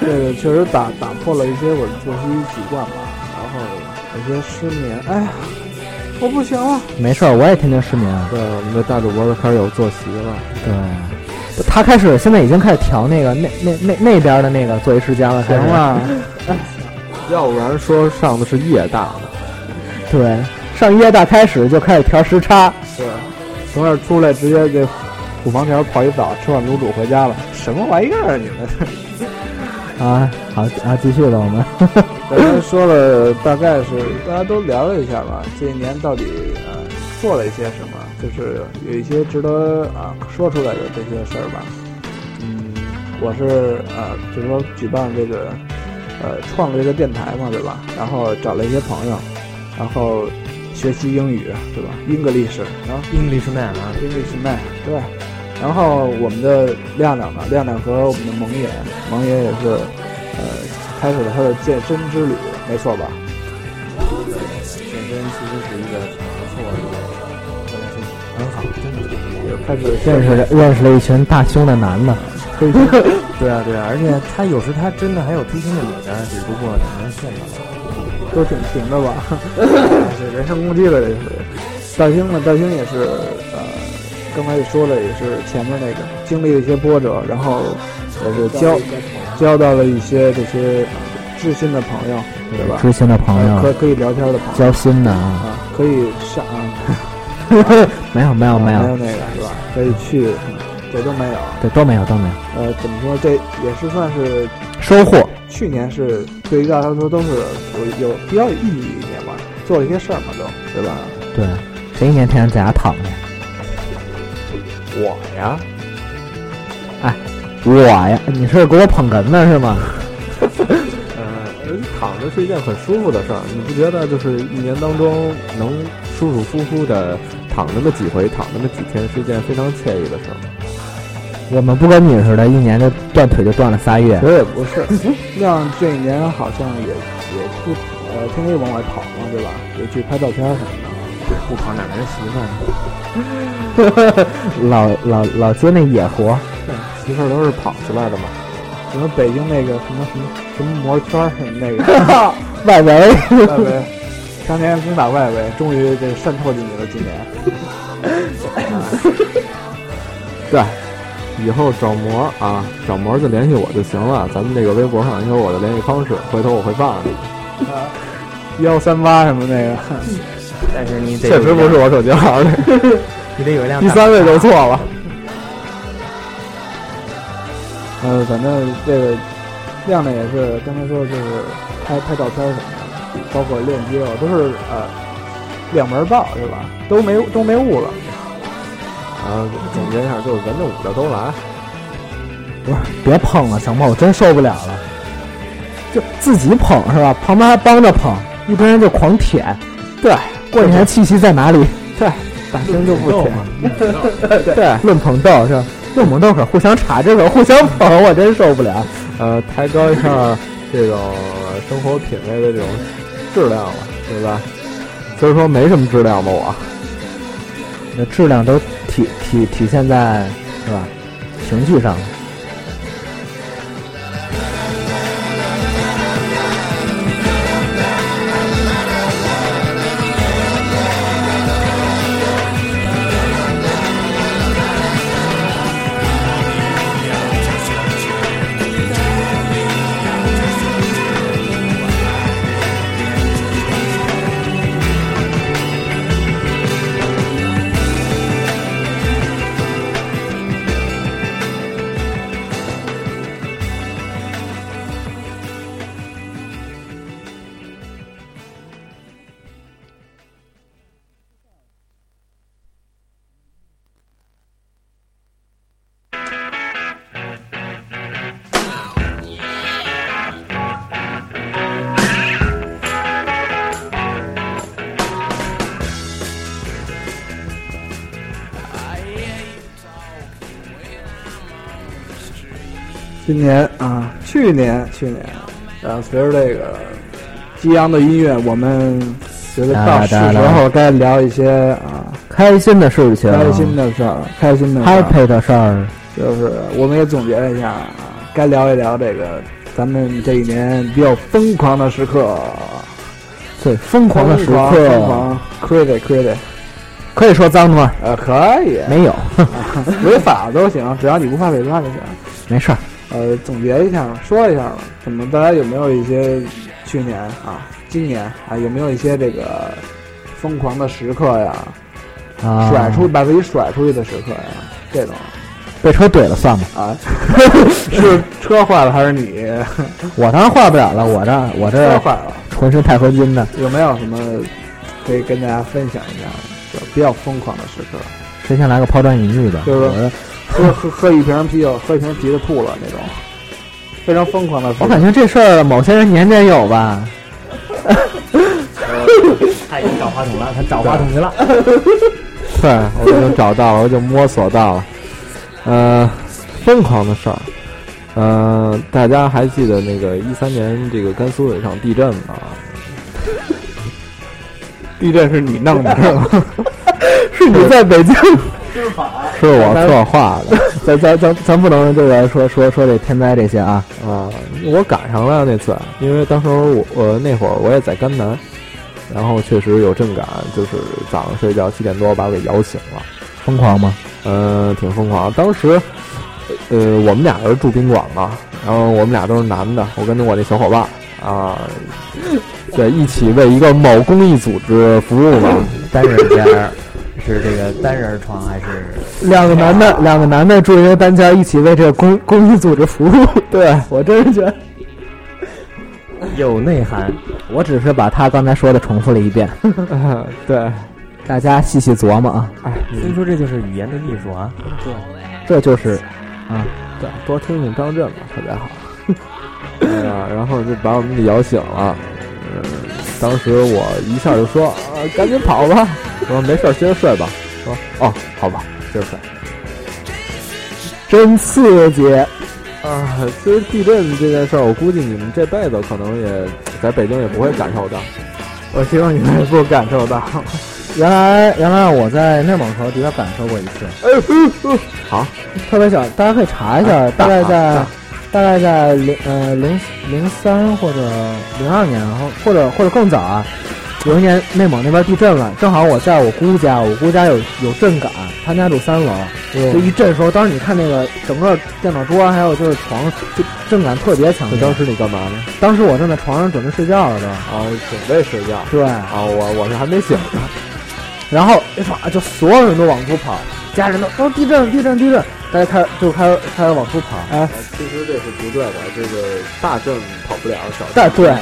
S1: <laughs> 这个确实打打破了一些我的作息习惯吧，然后有些失眠，哎呀，我不行了，
S3: 没事儿，我也天天失眠。
S2: 对，呃我们的大主播都开始有作息了。
S3: 对，他开始现在已经开始调那个那那那那边的那个作为时间了，开始
S1: 行了，
S2: 要不然说上的是夜大的，
S3: 对，上夜大开始就开始调时差，
S1: 对，从这儿出来直接这虎坊桥泡一澡，吃碗卤煮回家了，什么玩意儿啊你们？
S3: 啊，好啊，继续吧，
S1: <laughs>
S3: 我们
S1: 咱们说了，大概是大家都聊了一下吧，这一年到底呃做了一些什么，就是有一些值得啊、说出来的这些事儿吧。嗯，我是呃，就是说举办这个呃创了这个电台嘛，对吧？然后找了一些朋友，然后学习英语，对吧？English，然后
S4: Englishman 啊，
S1: English Man，对。然后我们的亮亮呢，亮亮和我们的蒙爷，蒙爷也是，呃，开始了他的健身之旅，没错吧？
S4: 健身其实是一个挺不错的一个锻炼身体，很好，真的。
S1: 也开始
S3: 认识了认识了一群大胸的男的，
S1: 推荐，
S4: 对啊，对啊，而且他有时他真的还有推心的女的，只不过可能见到了。
S1: 都挺平的吧？ <laughs> 是人身攻击了，这是。大兴呢，大兴也是，呃，刚才也说了，也是前面那个经历了一些波折，然后也是交交到了一些这些呃知心的朋友，对吧？
S3: 知心的朋
S1: 呃可
S3: 友，
S1: 可以聊天的朋友
S3: 交心的啊，
S1: 啊，可以上啊。
S3: <laughs> 没有没有没
S1: 没有
S3: 有，
S1: 那个是吧？可以去，这都没有。
S3: 对，都没有都没有，
S1: 呃，怎么说？这也是算是
S3: 收获
S1: 去年是对于大家来说都是有有比较有意义一年吧，做了一些事儿嘛都，对吧？
S3: 对，谁一年天天在家躺着呀？
S2: 我呀，
S3: 哎我呀，你是给我捧哏呢是吗？
S2: 呃，躺着是一件很舒服的事儿，你不觉得？就是一年当中能舒舒服服的躺那么几回，躺那么几天，是一件非常惬意的事儿吗。
S3: 我们不跟你似的，一年就断腿就断了仨月
S1: 其，实也不是，亮这一年好像也也不呃天天往外跑嘛，对吧？也去拍照片什么的。
S4: 对，不跑哪来的媳妇儿？
S3: 老老老接那野活，
S2: 媳妇儿都是跑出来的嘛。
S1: 什么北京那个什么什么什么摩圈儿什么那
S3: <laughs>
S1: 个
S3: 外围 <laughs>
S1: 外围，当年攻打外围，终于这渗透进去了。今年
S2: 对，以后找模啊，找模就联系我就行了。咱们这个微博上有我的联系方式，回头我会报你。
S1: 幺三八什么那个， <laughs>
S4: 但是你得
S2: 确实
S4: 有一辆
S2: 不是，我手机号 <laughs> 的，
S4: 你得有一辆
S2: 第
S4: 大
S2: 三位就错了。
S1: 呃，反正这个亮亮也是刚才说的就是拍拍照片什么的，包括练肌肉都是呃两门儿报是吧？都没都没误了，
S2: 啊，总结一下，就是咱这五个都来。
S3: 别捧了行吗？我真受不了了，就自己捧是吧？旁边还帮着捧，一堆人就狂舔。对，过年的气息在哪里？对，大声就不舔。对，论捧逗是吧？论捧逗可互相插这个，互相捧，我真受不了。
S2: 呃，抬高一下这种生活品味的这种质量了，对吧？虽然说没什么质量吧，我
S3: 那质量都体体体现在是吧？情绪上了。
S1: 今年啊，去年去年，呃，随着这个激昂的音乐，我们觉得到是时候该聊一些啊
S3: 开心的事情，
S1: 开心的事儿，开心的事儿。
S3: happy 的事儿，
S1: 就是我们也总结了一下啊，该聊一聊这个咱们这一年比较疯狂的时刻，
S3: 最疯狂的时
S1: 疯
S3: 刻，
S1: 狂，crazy crazy，
S3: 可以说脏话，
S1: 呃，可以，
S3: 没有， <laughs>
S1: 违法都行，只要你不怕被抓就行。
S3: 没事儿，
S1: 呃，总结一下吧，说一下吧，怎么大家有没有一些去年啊、今年啊，有没有一些这个疯狂的时刻呀？
S3: 啊，
S1: 甩出把自己甩出去的时刻呀？这种
S3: 被车怼了算吗？
S1: 啊， <laughs> 是车坏了还是你
S3: 我当然坏不了了，我这我
S1: 车
S3: 这
S1: 坏了？
S3: 浑身钛合金的，
S1: 有没有什么可以跟大家分享一下就比较疯狂的时刻？
S3: 谁先来个抛砖引玉的？
S1: 就是说
S3: 我这
S1: 喝喝喝一瓶啤酒，喝一瓶啤酒吐了那种，非常疯狂的时
S3: 我
S1: 刻
S3: 感。觉这事儿某些人年年有吧，
S4: <laughs> 他已经找话筒了，他找话筒去了。
S2: 对，我
S1: <laughs>
S2: 已经找到了，我已经摸索到了。呃，疯狂的事儿，呃，大家还记得那个一三年这个甘肃有一场地震吗？
S1: 地震是你弄的，
S3: 是 <laughs> 你在北京，
S2: <laughs> 是我策划的
S3: 咱咱咱咱不能这个说说说这天灾这些啊，
S2: 啊、我赶上了那次，啊因为当时我我那会儿我也在甘南，然后确实有震感，就是早上睡觉七点多把我给摇醒了。
S3: 疯狂吗？
S2: 嗯，挺疯狂。当时，呃，我们俩人住宾馆嘛，然后我们俩都是男的，我跟我那小伙伴儿啊，对，一起为一个某公益组织服务嘛。
S4: <laughs> 单人间儿是这个单人床还是？
S3: <laughs> 两个男的，两个男的住一个单间，一起为这个公公益组织服务。 <laughs> 对我真是觉得，
S4: <laughs> 有内涵，
S3: 我只是把他刚才说的重复了一遍， <laughs>
S2: 对， <laughs>
S3: 大家细细琢磨啊。
S4: 所以说这就是语言的艺术啊！
S3: 这就是
S2: 对，多听听张震吧，特别 <laughs> 好。哎呀，然后就把我们给摇醒了。嗯，当时我一下就说：“啊、赶紧跑吧！”我说：“没事儿，接着睡吧。”说：“哦，好吧，接着睡。”
S3: 真刺激，
S2: 啊，其实地震这件事儿，我估计你们这辈子可能也在北京也不会感受到。
S1: 我希望你们也不感受到。
S3: 原来原来我在内蒙的时候感受过一次，
S2: 好，
S3: 特别小，大家可以查一下，大概在大概在零呃零零三或者零二年，然后或者或者更早啊，有一年内蒙那边地震了，正好我在我姑家，我姑家有有震感，他们家住三楼，就一震的时候，当时你看那个整个电脑桌还有就是床，就震感特别强
S2: 那
S3: 烈。
S2: 当时你干嘛呢？
S3: 当时我正在床上准备睡觉了都，
S2: 啊，准备睡觉。
S3: 对，
S2: 啊，我我是还没醒呢。
S3: 然后一唰就所有人都往出跑，家人都哦地震地震地震，大家开始就开始开始往出跑，哎，
S2: 其实这是不对的，这个大震跑不了，小
S3: 但对，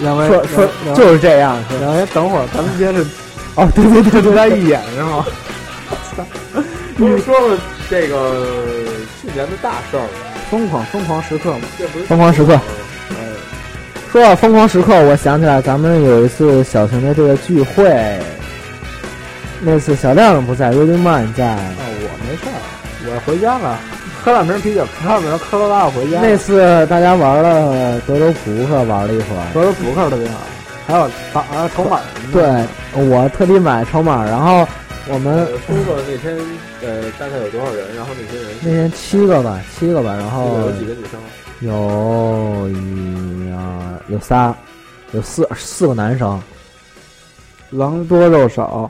S1: 两位
S3: 说说就是这样，说
S1: 两位等会儿，咱们接着
S3: 哦对对对对
S1: 对他
S3: 对，
S1: 一眼是吗？
S2: 不是说了这个去年的大事儿吗？
S1: 疯狂疯狂时刻嘛，
S2: 这不是
S3: 疯狂时刻。
S1: 呃，
S3: 说到疯狂时刻，我想起来咱们有一次小型的这个聚会，那次小亮亮不在，瑞瑞曼在。
S1: 啊，我没事儿，我回家了，喝两瓶啤酒，喝两瓶克罗拉，我回家。
S3: 那次大家玩了德州扑克，玩了一会儿。
S1: 德州扑克特别好，还有打啊筹码什么的。
S3: 对，我特地买筹码，然后我们
S2: 说了那天呃大概有多少人，然后那些人
S3: 那天七个吧，七个吧，然后
S2: 个女生？
S3: 有一二有仨，有四四个男生，
S1: 狼多肉少，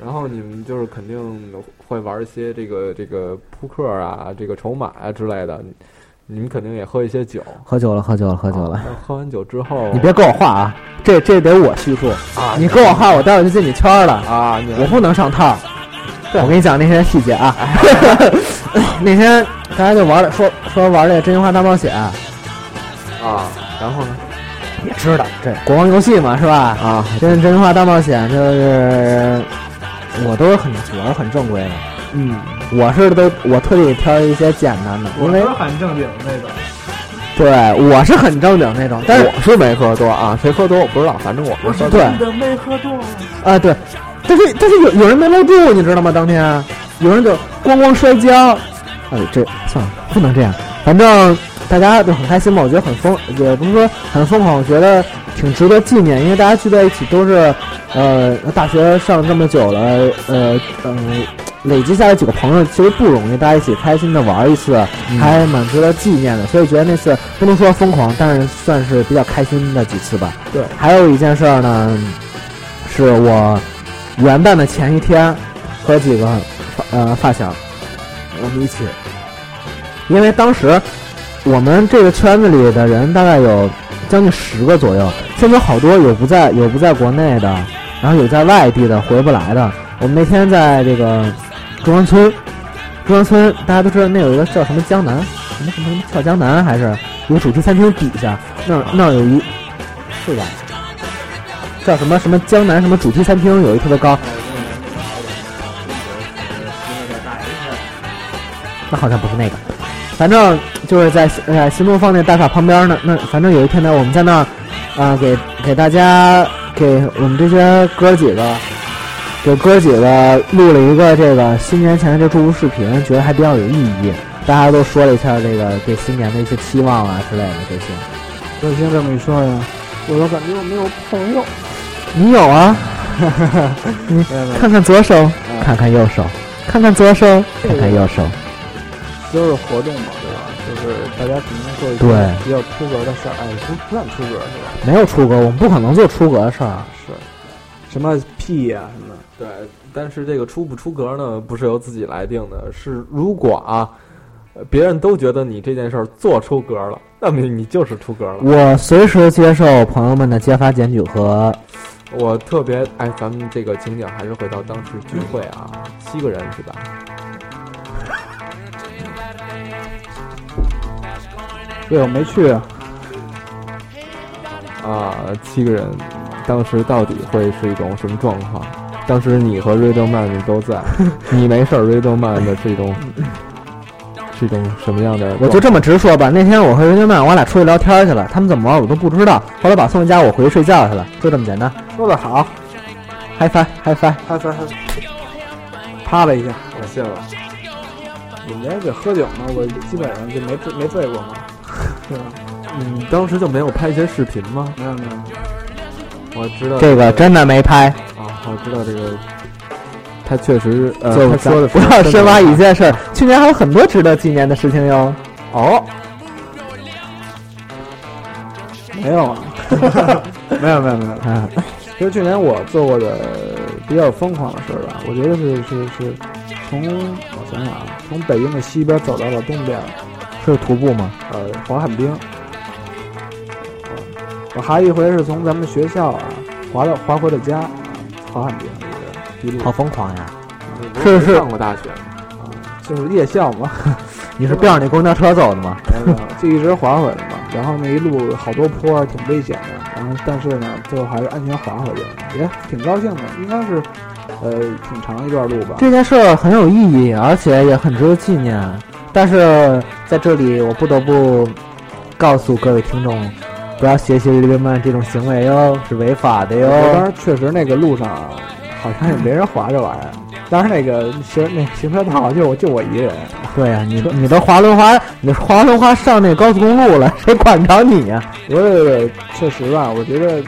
S2: 然后你们就是肯定会玩一些这个这个扑克啊，这个筹码啊之类的，你们肯定也喝一些酒。
S3: 喝酒了，喝酒了，喝酒了。
S2: 啊喝完酒之后，
S3: 你别跟我画啊，这这得我叙述。
S2: 啊
S3: 你跟我画，我待会儿就进你圈儿了。
S2: 啊，你
S3: 我不能上套。我跟你讲那些细节啊， <laughs> 那天大家就玩了，说说玩这个真心话大冒险，
S2: 啊，然后呢？
S3: 也知道这国王游戏嘛，是吧？
S2: 啊，
S3: 真真心话大冒险就是我都是很我是很正规的，
S1: 嗯，
S3: 我是都我特地挑一些简单的，因为
S1: 很正经那种。
S3: 对我是很正经那种，但是
S2: 我是没喝多啊，谁喝多我不知道，反正我没喝多。
S3: 对，啊，对，但是但是有有人没搂住，你知道吗？当天有人就咣咣摔跤，哎，这算了，不能这样。反正大家都很开心吧，我觉得很疯，也不是说很疯狂，我觉得挺值得纪念，因为大家聚在一起都是，呃，大学上这么久了，呃呃，累积下来几个朋友其实不容易，大家一起开心的玩一次，
S2: 嗯
S3: 还蛮值得纪念的。所以觉得那次不能说疯狂，但是算是比较开心的几次吧。
S1: 对，
S3: 还有一件事儿呢，是我元旦的前一天和几个发呃发小，我们一起，因为当时我们这个圈子里的人大概有将近十个左右，现在有好多有不在有不在国内的，然后有在外地的回不来的。我们那天在这个中关村，中关村大家都知道那有一个叫什么江南，什么什么什么跳江南还是有主题餐厅底下那儿那儿有一是吧？叫什么什么江南什么主题餐厅有一特别高，那好像不是那个，反正就是在呃新东方那大厦旁边儿呢。那反正有一天呢，我们在那儿，啊、给给大家给我们这些哥几个，给哥几个录了一个这个新年前的这祝福视频，觉得还比较有意义。大家都说了一下这个对新年的一些期望啊之类的这些。
S1: 我听这么一说呀，我都感觉我没有朋友。
S3: 你有啊？ <laughs> 你
S1: 没有没啊有
S3: 看看左手，看看右手，看看左手，看看右手。
S1: 都是活动嘛，对吧？就是大家肯定做一
S3: 对
S1: 些比较出格的事儿，哎，不不算出格是吧？
S3: 没有出格，我们不可能做出格的事儿。啊
S1: 是，什么屁呀、什么的，
S2: 对，但是这个出不出格呢，不是由自己来定的，是如果啊，呃别人都觉得你这件事儿做出格了，那么你就是出格了。
S3: 我随时接受朋友们的揭发检举和
S2: 我特别哎，咱们这个情景还是回到当时聚会啊，七个人是吧？
S1: 对我没去啊。
S2: 啊，七个人，当时到底会是一种什么状况？当时你和 Radio Man 都 <laughs> 在，你没事儿，Radio Man 的是一种，是一种什么样的状态？
S3: 我就这么直说吧，那天我和人家曼，我俩出去聊天去了，他们怎么玩我都不知道。后来把送回家，我回去睡觉去了，就这么简单。
S1: 说的好，
S3: 嗨翻嗨翻，
S1: 嗨翻嗨翻，啪了一下。
S2: 我信了。
S1: 你们这喝酒嘛，我基本上就没醉没醉过嘛，对吧？
S2: 你当时就没有拍一些视频吗？
S1: 没有没有，
S2: 我知道
S3: 这个真的没拍，
S2: 啊，我知道这个，他确实呃，
S3: 就
S2: 他说的啊
S3: 不要深挖一件事儿。去年还有很多值得纪念的事情哟。
S2: 哦，
S1: 没有啊， <laughs> 没有没有没有。
S3: 啊，
S1: <laughs> 其实去年我做过的比较疯狂的事儿吧，我觉得是是是，从我想想啊，从北京的西边走到了东边，
S3: 是徒步吗？
S1: 呃，滑旱冰。呃我还有一回是从咱们学校啊滑到滑回了家，啊滑旱冰一个一路
S3: 好，疯狂呀！
S2: 是
S3: 是是
S2: 上过大学，
S1: 就是夜校嘛，
S3: 你
S1: 啊
S3: 是标着那公交车走的吗？
S1: 就一直滑回来嘛。然后那一路好多坡儿，挺危险的。然后但是呢，最后还是安全滑回去了，也挺高兴的。应该是，呃，挺长一段路吧。
S3: 这件事儿很有意义，而且也很值得纪念。但是在这里，我不得不告诉各位听众，不要学习刘刘曼这种行为哟，是违法的
S1: 我当
S3: 哟。
S1: 时确实那个路上啊好像也没人滑这玩意儿，当时那个行那行车道就我就我一人，
S3: 对呀、你你都滑轮滑，你滑轮滑上那高速公路了，谁管着你啊呀、
S1: 我也确实吧，我觉得嗯，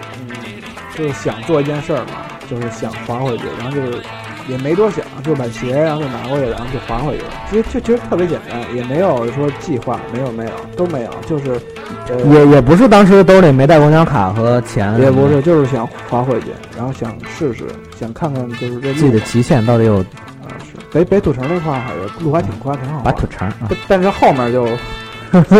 S1: 就是想做一件事儿嘛，就是想滑回去，然后就是也没多想，就把鞋然后就拿过去，然后就滑回去了。其实就其实特别简单，也没有说计划，没有没有都没有，就是呃
S3: 也也不是当时兜里没带公交卡和钱，
S1: 也不是就是想滑回去，然后想试试，想看看就是这
S3: 自己
S1: 路
S3: 的极限到底有
S1: 啊是北北土城那块儿好像路还挺宽，挺好
S3: 把
S1: 玩。
S3: 腿长啊。
S1: 但但是后面就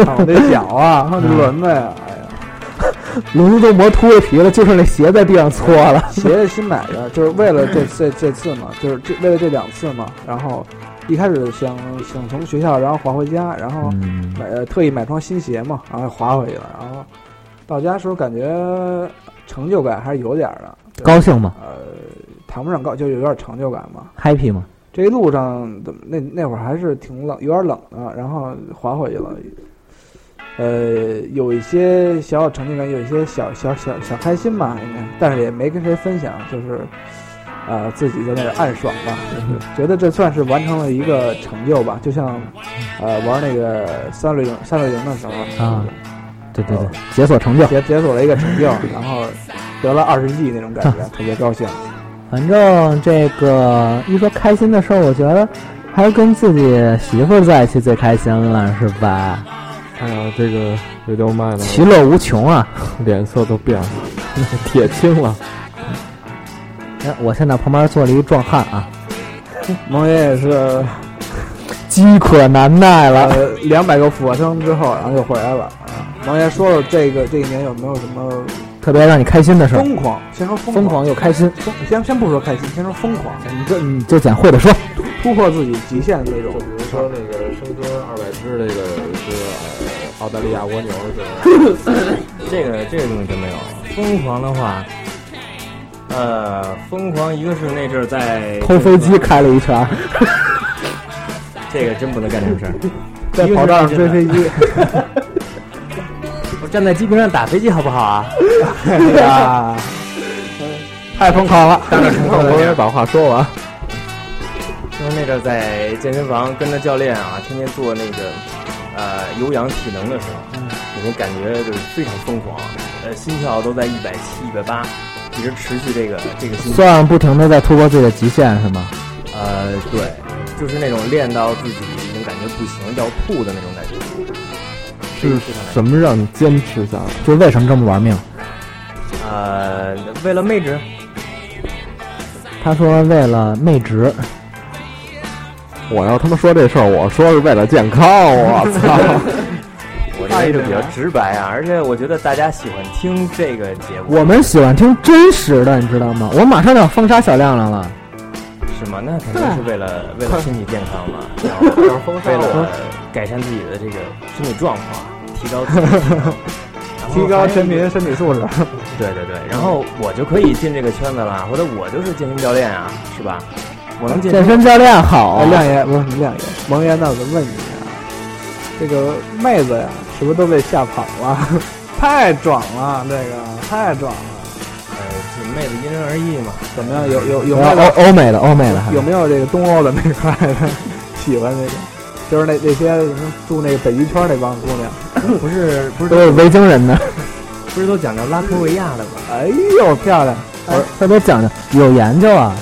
S1: 操那脚
S3: <laughs>
S1: 啊，还有轮子呀，哎呀，
S3: 轮子都磨秃了皮了，就剩那鞋在地上搓了。
S1: 鞋是新买的，就是为了这这这次嘛，就是这为了这两次嘛，然后一开始想想从学校然后滑回家，然后
S3: 嗯，
S1: 买呃特意买双新鞋嘛，然后滑回去了，然后到家时候感觉成就感还是有点儿的，对
S3: 高兴吗
S1: 呃谈不上高，就有点成就感嘛。
S3: ？Happy 吗？
S1: 这一路上怎么那那会儿还是挺冷，有点冷的，然后滑回去了。呃，有一些小小成就感，有一些小小小小开心吧，应该，但是也没跟谁分享，就是，呃，自己在那儿暗爽吧，就是觉得这算是完成了一个成就吧，就像呃玩那个三六零三六零的时候
S3: 啊，对对对，解锁成就。
S1: 解解锁了一个成就，然后得了二十 G 那种感觉，特别高兴。
S3: 反正这个一说开心的事儿，我觉得还是跟自己媳妇儿在一起最开心了，是吧？
S2: 哎呀，这个这就卖了，
S3: 其乐无穷啊！
S2: 脸色都变了， <laughs> 铁青了。
S3: 哎，我现在旁边坐了一壮汉啊，
S1: 萌爷也是
S3: 饥渴难耐了。
S1: 呃，两百个俯卧撑之后，然后就回来了。啊，王爷说说这个这一年有没有什么
S3: 特别让你开心的事儿，
S1: 疯狂？先说疯哎
S3: 疯狂又开心，
S1: 疯先先不说开心，先说疯狂，
S3: 你这你嗯就捡会的说。
S1: 突破自己极限的那种。
S2: 比如说那个生吞二百只那个是澳大利亚蜗牛 <laughs> 是吧？
S4: 这个这个东西真没有。疯狂的话，呃，疯狂一个是那阵儿在
S3: 偷飞机，开了一圈儿，
S4: 这个真不能干这种事儿。
S1: 在跑道上追飞
S3: <laughs>
S1: 机，
S4: 我 <laughs> 站在机坪上打飞机好不好啊？
S1: 对
S3: 啊
S1: 呀，
S3: 太疯狂了。
S2: 让朋友把话说完。
S4: 就是那阵儿在健身房跟着教练啊，天天做那个呃有氧体能的时候，
S2: 嗯
S4: 我们感觉就是非常疯狂，呃，心跳都在一百七、一百八，一直持续这个这个心跳。
S3: 算上不停的在突破自己的极限，是吗？
S4: 呃，对，就是那种练到自己已经感觉不行要吐的那种感觉。
S2: 是什么让你坚持下来？
S3: 就为什么这么玩命？
S4: 呃，为了妹纸，
S3: 他说为了妹值，
S2: 我要他妈说这事儿，我说是为了健康，我操！
S4: 我这个就比较直白啊，而且我觉得大家喜欢听这个节目，
S3: 我们喜欢听真实的，你知道吗？我马上就要封杀小亮亮了。
S4: 是吗？那肯定是为了
S2: <laughs>
S4: 为了身体健康嘛，然后为
S2: 嗯
S4: 了改善自己的这个身体状况，提高自己的体能然后
S1: 提高
S4: 还有
S1: 全民身体素质。
S4: 对对对，然后我就可以进这个圈子了，或者我就是健身教练啊，是吧？我能健
S3: 健 <laughs>
S4: 身，
S3: 身教练好
S1: 哎，，亮爷不是你亮爷，萌爷，那我就问你啊，这个妹子呀，是不是都被吓跑了？ <laughs> 太壮了，这个太壮了。
S4: 呃，这妹子因人而异嘛。
S1: 怎么样？有有有没有
S3: 欧欧美的欧美的还
S1: 有没有这个东欧的那块儿的喜欢那个？就是那那些什么住那个北极圈那帮姑娘，
S4: 不是不是
S3: 都是维京人呢，
S4: 不是都讲究拉脱维亚的吗？
S1: 哎呦漂亮！
S3: 哎特别讲究，有研究啊。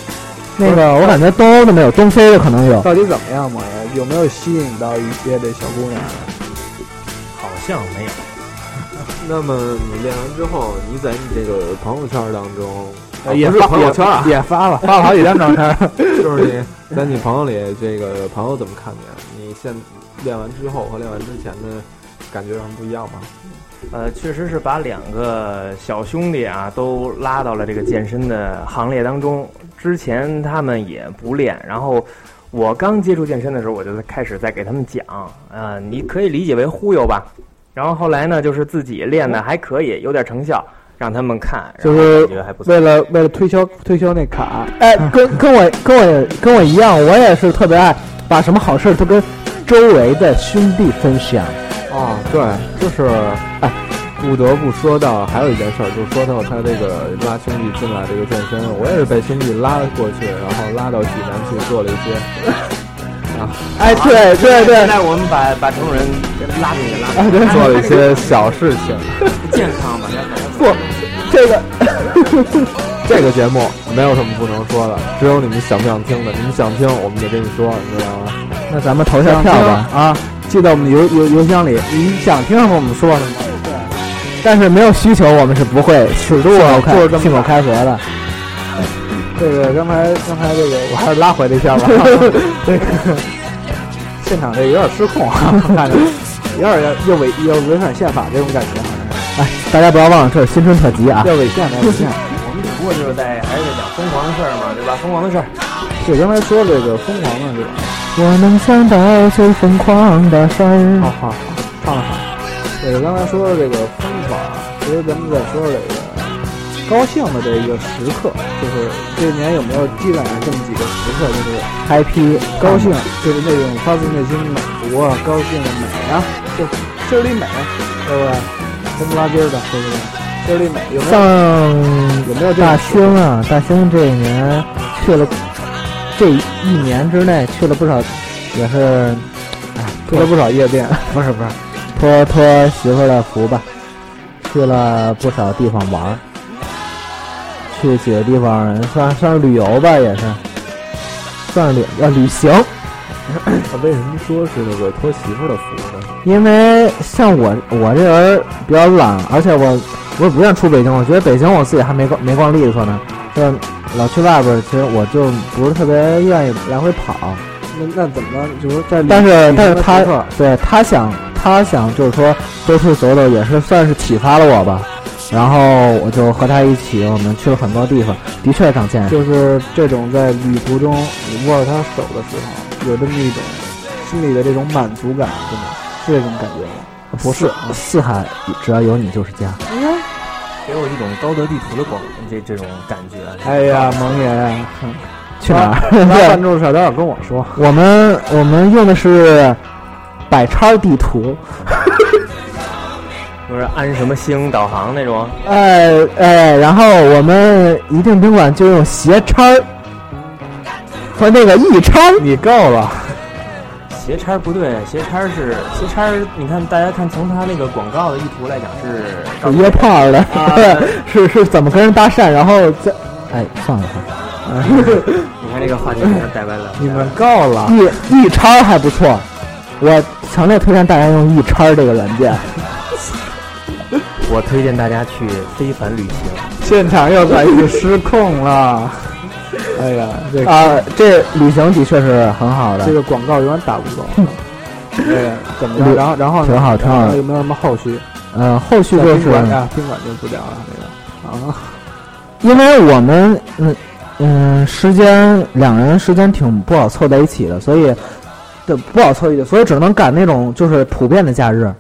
S3: 那个我感觉东欧的没有，东非的可能有。
S1: 到底怎么样嘛？有没有吸引到一些这小姑娘？
S4: 好像没有。
S2: 那么你练完之后，你在你这个朋友圈当中，啊
S1: 也
S2: 不是
S1: 发
S2: 朋友圈 <laughs> 啊，
S1: 也发了，发了好几张照片。
S2: 就是你在你朋友里，这个朋友怎么看你？你现练完之后和练完之前的感觉有什么不一样吗？
S4: 呃，确实是把两个小兄弟啊都拉到了这个健身的行列当中。之前他们也不练，然后我刚接触健身的时候，我就开始在给他们讲，呃，你可以理解为忽悠吧。然后后来呢，就是自己练的还可以，有点成效，让他们看，
S1: 就
S4: 然后
S1: 是
S4: 感觉还不错。
S1: 为了为了推销推销那卡，
S3: <laughs> 哎，跟跟我跟我跟我一样，我也是特别爱把什么好事儿都跟周围的兄弟分享。
S2: 哦，对，就是哎，不得不说到还有一件事儿，就是说到他这个拉兄弟进来这个健身，我也是被兄弟拉过去，然后拉到济南去做了一些。
S3: 哎，对对对
S4: 现，在我们把把这种人给拉进去，拉进去，
S2: 做了一些小事情。
S4: <laughs> 健康吧。
S3: 不，这个
S2: 这个节目没有什么不能说的，只有你们想不想听的。你们想听，我们就跟你说，你知道吗？
S3: 那咱们投下票吧啊！
S1: 寄到我们邮邮邮箱里。你想听什么我们说什么。
S3: 但是没有需求，我们是不会尺度
S1: 啊
S3: 开
S1: 就是这么
S3: 信口开河的。
S1: 这个刚才刚才这个我还是拉回这下吧，这个现场这个有点失控啊，看着有点要违要违反宪法这种感觉，好像是
S3: 哎， <laughs> 大家不要忘了，这是新春特辑啊！
S1: 要违宪要违宪。
S4: 我们只不过就是在还是在讲疯狂的事儿嘛，对吧？疯狂的事儿。
S1: 对，刚才说这个疯狂的这个，
S3: 我能想到最疯狂的事儿
S1: 好好好，唱的好。这个刚才说的这个疯狂，其实咱们再说说这个高兴的这一个时刻，就是这一年有没有积攒了这么几个时刻，就是
S3: ，Happy
S1: 高兴，就是那种发自内心的满足啊，高兴的美啊，就心里美，啊对不对？红不拉几儿的，对不对？心里美有没有？
S3: 上
S1: 有没有这
S3: 大
S1: 种时刻
S3: 兴啊？大兴这一年去了，这一年之内去了不少，也是，哎，
S1: 去了不少夜店，
S3: 不是不是，托托媳妇儿的福吧，去了不少地方玩儿，去几个地方算算是旅游吧，也是，算是旅要旅行，
S2: 他为什么说是那个托媳妇儿的福呢？
S3: 因为像我我这人比较懒，而且我我也不愿出北京，我觉得北京我自己还没逛没逛利索呢，就是老去外边儿，其实我就不是特别愿意来回跑。
S1: 那那怎么着？就是在旅
S3: 但是但
S1: 旅行
S3: 是
S1: 的时
S3: 他
S1: 刻
S3: 对他想他想就是说多处走走也是算是启发了我吧，然后我就和他一起我们去了很多地方，的确长见识。
S1: 就是这种在旅途中你握着他手的时候，有这么一种心里的这种满足感，是吗？是这种感觉吗？不是
S3: 四四海，只要有你就是家。
S4: 给我一种高德地图的广这这种感觉。啊
S1: 哎呀，蒙爷呀！
S3: 去哪儿？
S1: 拉
S3: <laughs> 对
S1: 赞助小导演跟我说，
S3: 我们我们用的是百叉地图，
S4: 就是按什么星导航那种，
S3: 哎哎，然后我们一定宾馆就用斜叉儿和那个一叉儿。
S1: 你够了。
S4: 斜叉不对，斜叉是斜叉，你看大家看从他那个广告的意图来讲
S3: 是
S4: 是
S3: 约炮儿的，
S4: 啊
S3: <laughs> 是是怎么跟人搭讪，然后再哎算了算
S4: 你看这个话题给他带歪了。
S1: 你们够了。
S3: 了，一一叉儿还不错，我强烈推荐大家用一叉儿这个软件。
S4: 我推荐大家去非凡旅行，
S1: 现场又再一失控了。哎呀，这个、
S3: 啊，这旅行的确是很好的
S1: 这，个广告永远打不
S3: <laughs>
S1: 够。对，怎么着？
S3: 嗯
S1: 然后然后呢
S3: 挺好挺好
S1: 然后有没有什么后续？
S3: 呃，后续
S1: 在
S3: 就
S1: 宾
S3: 是
S1: 馆啊，宾馆就不聊了那个啊。
S3: 因为我们嗯嗯时间两人时间挺不好凑在一起的，所以对不好凑一起，所以只能赶那种就是普遍的假日。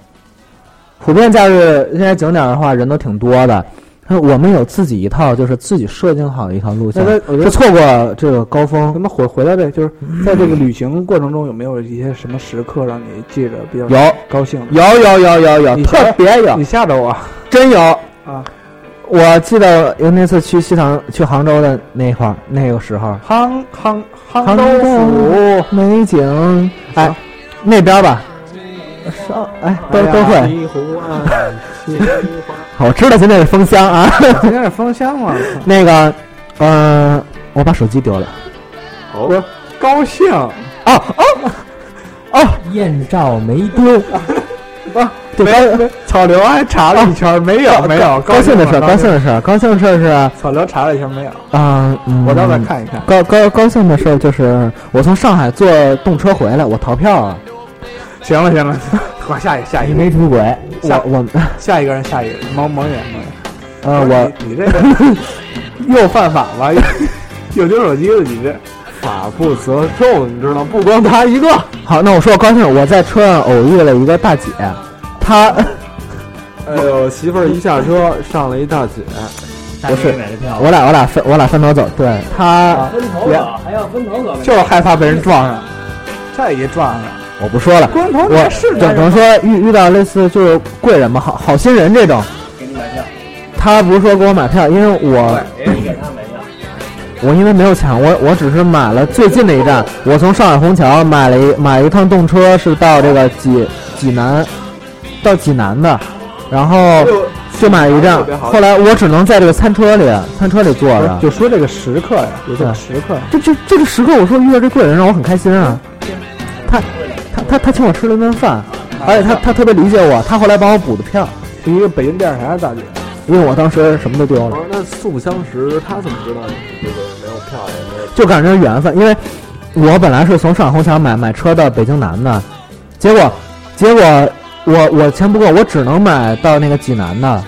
S3: 普遍假日现在景点的话人都挺多的，但是我们有自己一套，就是自己设定好一套路线
S1: 那，他我觉
S3: 就
S1: 得
S3: 错过这个高
S1: 咱
S3: 峰。
S1: 们回回到这，就是在这个旅行过程中，有没有一些什么时刻让你记着比较
S3: 有
S1: 高兴的？
S3: 有有有有有，
S1: 你
S3: 特
S1: 先
S3: 别有
S1: 你，吓着我
S3: 真有。
S1: 啊！
S3: 我记得有那次去西塘去杭州的那会儿，那个时候，
S1: 杭杭杭
S3: 杭
S1: 州
S3: 州
S1: 府，
S3: 美景，哎
S1: 行，
S3: 那边吧，稍哎都
S1: 哎呀
S3: 都会，
S2: 西湖岸，西湖
S3: 我知道今天是封箱啊。 <laughs>
S1: 今天是封箱 <laughs> 了，
S3: 那个，嗯，我把手机丢了。
S2: 好，
S1: 我高兴
S3: 哦哦哦，
S4: 艳照没
S3: 丢 <laughs> 啊！对，高
S1: 草榴还查了一圈，没有没有，
S3: 高兴的事儿，高兴的事儿，高兴的事儿是，
S1: 草榴查了一圈没有，
S3: 啊，嗯，
S1: 我到再看一看。
S3: 高高高兴的事儿就是，我从上海坐动车回来，我逃票啊了，
S1: 行了行了， <laughs> 我下一个下一个
S3: 哎没出轨。我
S1: 下
S3: 我
S1: 下一个人下一个人，蒙蒙眼蒙眼。
S3: 呃我
S1: 你你这个 <laughs> 又犯法了，又又丢手机了，你这
S2: 法不责众，你知道吗，不光他一个。
S3: 好，那我说我高兴，我在车上偶遇了一个大姐，
S1: <laughs>
S3: 她
S2: 哎呦，媳妇儿一下车上了一大姐，
S4: 不是买的票，
S3: 我俩我俩分我俩分头走，对她
S4: 分头走还要分头走。
S1: 啊就是害怕被人撞上，再一撞上，
S3: 我不说了，
S1: 光头
S3: 我
S1: 那是
S3: 只能说遇遇到类似就是贵人嘛，好好心人这种。
S4: 给你买票，
S3: 她不是说给我买票，因为我
S4: 对，你给他买票。
S3: 我因为没有钱，我我只是买了最近的一站，我从上海虹桥买了一买了一趟动车，是到这个济济南，到济南的，然后就买了一站
S2: 特别。好
S3: 后来我只能在这个餐车里，餐车里坐
S1: 不
S3: 着
S1: 是。就说这个时刻呀，有这个
S3: 对
S1: 时刻，
S3: 这这这个时刻，我说遇到这贵人让我很开心啊。他他他他请我吃了一顿饭，而且他他特别理解我，他后来帮我补的票，
S1: 是一个北京电视台的大姐，
S3: 因为我当时什么都丢
S2: 我
S3: 了，
S2: 说那素不相识，他怎么知道你这个没有票也没有？
S3: 就感觉是缘分。因为我本来是从上海虹桥买买车到北京南的，结果结果我我钱不够，我只能买到那个济南的。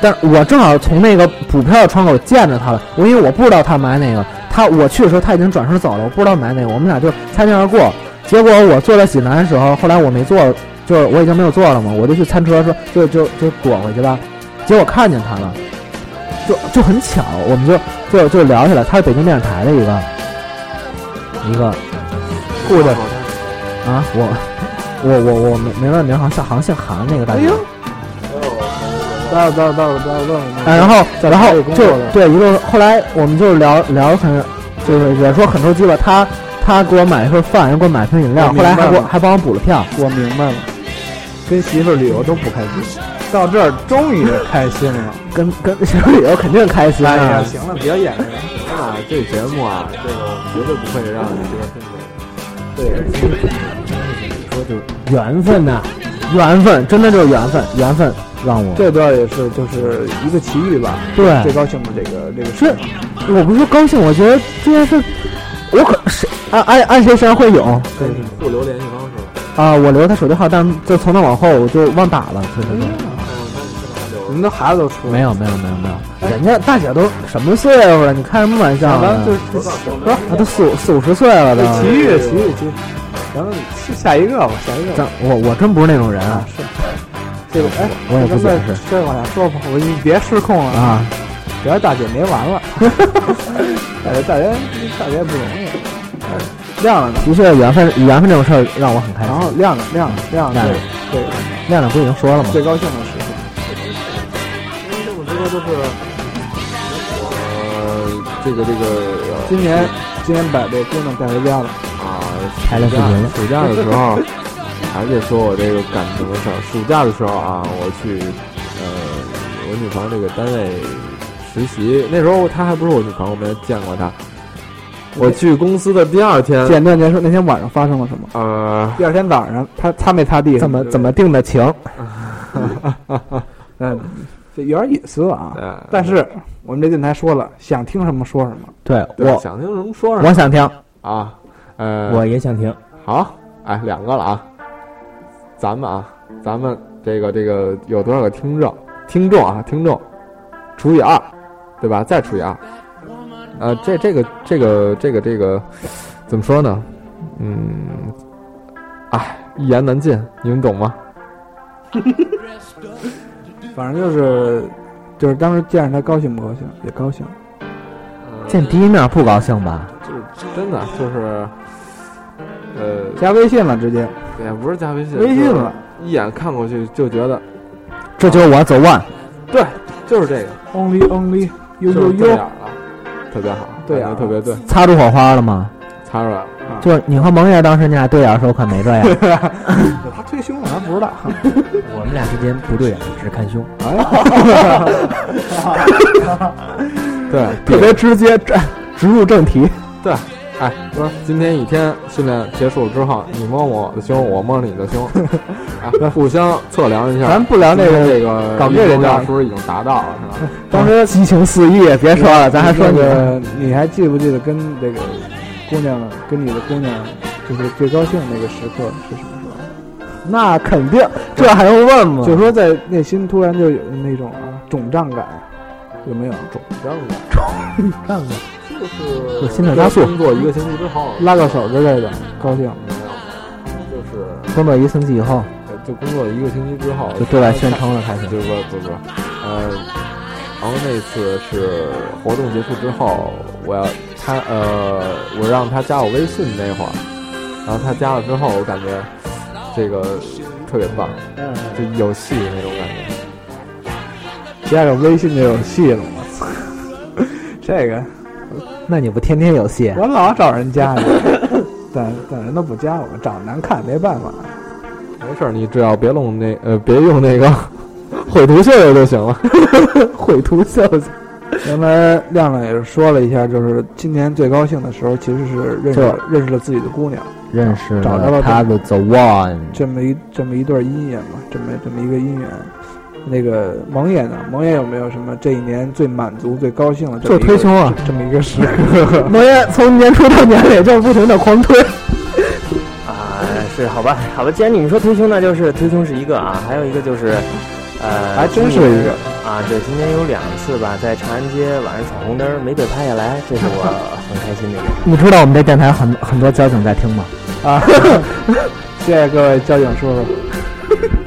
S3: 但是我正好从那个补票窗口见着他了，我因为我不知道他买哪个，他我去的时候他已经转身走了，我不知道买哪个，我们俩就擦肩而过。结果我坐在济南的时候，后来我没坐，就是我已经没有座了嘛，我就去餐车说就就就躲回去吧。结果看见他了，就就很巧，我们就就就聊起来，他是北京电视台的一个一个
S1: 雇的，
S3: 啊，我我我我没没问名，好像姓好像姓韩那个大
S1: 哎
S3: 姐
S1: 呦。，嗯到了到了到了到了到了，
S3: 哎，然后
S1: 在
S3: 然
S1: 哪
S3: 后
S1: 里工
S3: 就
S1: 作的
S3: 对一路后来我们就聊聊很，就是也说很投机吧。他他给我买一份饭，又给我买瓶饮料，
S1: 我
S3: 后来还给
S1: 明白
S3: 我
S1: 了
S3: 还帮我补了票。
S1: 我明白了，跟媳妇儿旅游都不开心，到这儿终于开心
S3: <laughs>
S1: 了。
S3: 跟跟媳妇旅游肯定开心
S1: 哎
S3: 啊
S1: 呀，！行了，别演了。
S2: 咱俩这节目啊，这个我们绝对不会让你这个听众。
S3: 缘分呐、缘分真的就是缘分，缘分让我
S1: 这段也是就是一个奇遇吧，
S3: 对
S1: 最高兴的这个这个事
S3: 哎是，我不是说高兴，我觉得这件事，我可是按按按谁身上会有啊、
S2: 但是不留联系方式了，
S3: 我留他手机号，但是就从那往后我就忘打了，所以
S1: 哎
S3: 说就
S1: 我们的孩子都出来了
S3: 没有没有没有没有，人家大姐都什么岁数了？你开什么玩
S1: 咱
S3: 笑
S1: 们
S3: 呢
S1: 就？是啊
S3: 啊，都四五四五十岁了都。
S1: 奇遇奇遇奇遇，咱们下一个吧，下一个吧。
S3: 咱我我真不是那种人啊
S1: 这个哎，
S3: 我也不
S1: 咱
S3: 解
S1: 们
S3: 释
S1: 再往下说吧，我你别失控了啊！
S3: 啊！
S1: 别大姐没
S3: <laughs>
S1: 完了，大姐大姐大姐不容易，哎亮亮呢，
S3: 的确，缘分缘分这种事儿让我很开心
S1: 然。后亮亮亮亮
S3: 哎
S1: 亮，这个
S3: 亮亮不已经说了吗
S1: 这个？最高兴的事情。
S2: 这么说就是我啊这个这个
S1: 今年今年把这姑娘带回家了，
S2: 啊，
S3: 拍了视频了
S2: 暑假的时候，还得说我这个感情的事儿。暑假的时候啊，我去呃我女朋友这个单位实习，那时候她还不是我女朋友，我没见过她。我去公司的第二天，
S1: 简短截说那天晚上发生了什么？
S2: 呃，
S1: 第二天早上她擦没擦地？
S3: 怎么怎么定的情？
S1: 嗯，这有点隐私了啊。
S2: 呃
S1: 但是我们这电台说了，想听什么说什么。
S3: 对
S2: 对
S3: 我，
S2: 想听什么说什么
S3: 我想听，
S2: 啊，呃，
S3: 也想听。
S2: 好，哎，两个了啊，咱们啊，咱们这个这个有多少个听众？听众啊，听众，除以二，对吧？再除以二，呃，这这个这个这个这个怎么说呢？嗯，哎，一言难尽，你们懂吗？
S1: 反正就是，就是当时见着他高兴不高兴？也高兴。
S3: 见第一面不高兴吧？
S2: 就是真的就是，呃，
S1: 加微信了，直接
S2: 也不是加微信，
S1: 微信了，，
S2: 一眼看过去就觉得，
S3: 这就是我走 one，
S2: 对，就是这个，
S1: only only 呦
S2: 就
S1: 呦
S2: 是对眼
S1: 呦，
S2: 儿了，特别好，
S1: 对啊嗯眼
S2: 感
S1: 儿
S2: 觉特别对，
S3: 擦出火花了吗？
S2: 擦出来了。
S3: 就是你和萌爷当时你俩对眼的时候可没这样，
S1: 他推胸了，咱不知道。
S4: 我们俩之间不对眼，只看胸。
S1: 嗯
S2: 对，
S3: 特别直接，这直入正题。
S2: 对，哎，不是，今天一天训练结束之后，你摸我的胸，我摸你的
S1: <laughs>
S2: 胸，哎，互相测量一下。
S1: 咱不聊
S2: 今
S1: 这 <laughs>
S2: 天这
S1: 个，
S2: 个
S1: 搞这个
S2: 运动
S1: 的
S2: 量是不是已经达到了？
S1: <laughs>
S2: 是吧？
S1: 当时
S3: 激情四溢，别说了，咱还说
S1: 那
S3: 你
S1: 个，你还记不记得跟这个姑娘，跟你的姑娘，就是最高兴那个时刻是什么时候？
S3: 那肯定，这还用问吗？
S1: 就说在内心突然就有那种啊肿胀感，有没有？肿
S2: 这样的，
S3: 干过，
S2: 就是
S3: 我心跳加速
S2: 工作一个星期之后，
S1: 拉个手之类的，高兴。
S2: 没有，就是
S3: 工作一星期以后
S2: 呃就工作一个星期之后
S3: 就对外宣称了，开始。
S2: 就不不不，呃，然后那次是活动结束之后，我要他呃，我让他加我微信那会儿，然后他加了之后，我感觉这个特别棒，
S1: 嗯
S2: 就有戏那种感觉。
S1: 加个微信就有戏了，我操！ <laughs> 这个
S3: 那你不天天有戏？
S1: 我老找人加 <laughs> 你，但但人都不加我，长得难看没办法。
S2: 没事儿，你只要别弄那呃，别用那个 <laughs> 绘图秀秀就行了。
S3: 绘图秀秀，
S1: 原来亮亮也是说了一下，就是今年最高兴的时候，其实是认识
S3: 对
S1: 认识了自己的姑娘，
S3: 认识
S1: 找着
S3: 了
S1: 了
S3: 他的 the one，
S1: 这么一这么一段姻缘嘛，这么这么一个姻缘。那个蒙眼呢？蒙眼有没有什么这一年最满足、最高兴的这么
S3: 就
S1: 一个
S3: 推
S1: <laughs>
S3: 胸啊！ <laughs>
S1: 这么一个时刻？
S3: 萌爷从年初到年尾就是不停的狂推，
S4: 啊，是好吧，好吧，既然你们说推胸，那就是推胸是一个啊，还有一个就是，呃，
S1: 还真是
S4: 今年
S1: 一个
S4: 啊，对，今年有两次吧，在长安街晚上闯红灯儿没被拍下来，这是我很开心的一 <laughs> 个。
S3: 你知道我们这电台很很多交警在听吗？
S1: 啊！谢谢各位交警叔叔。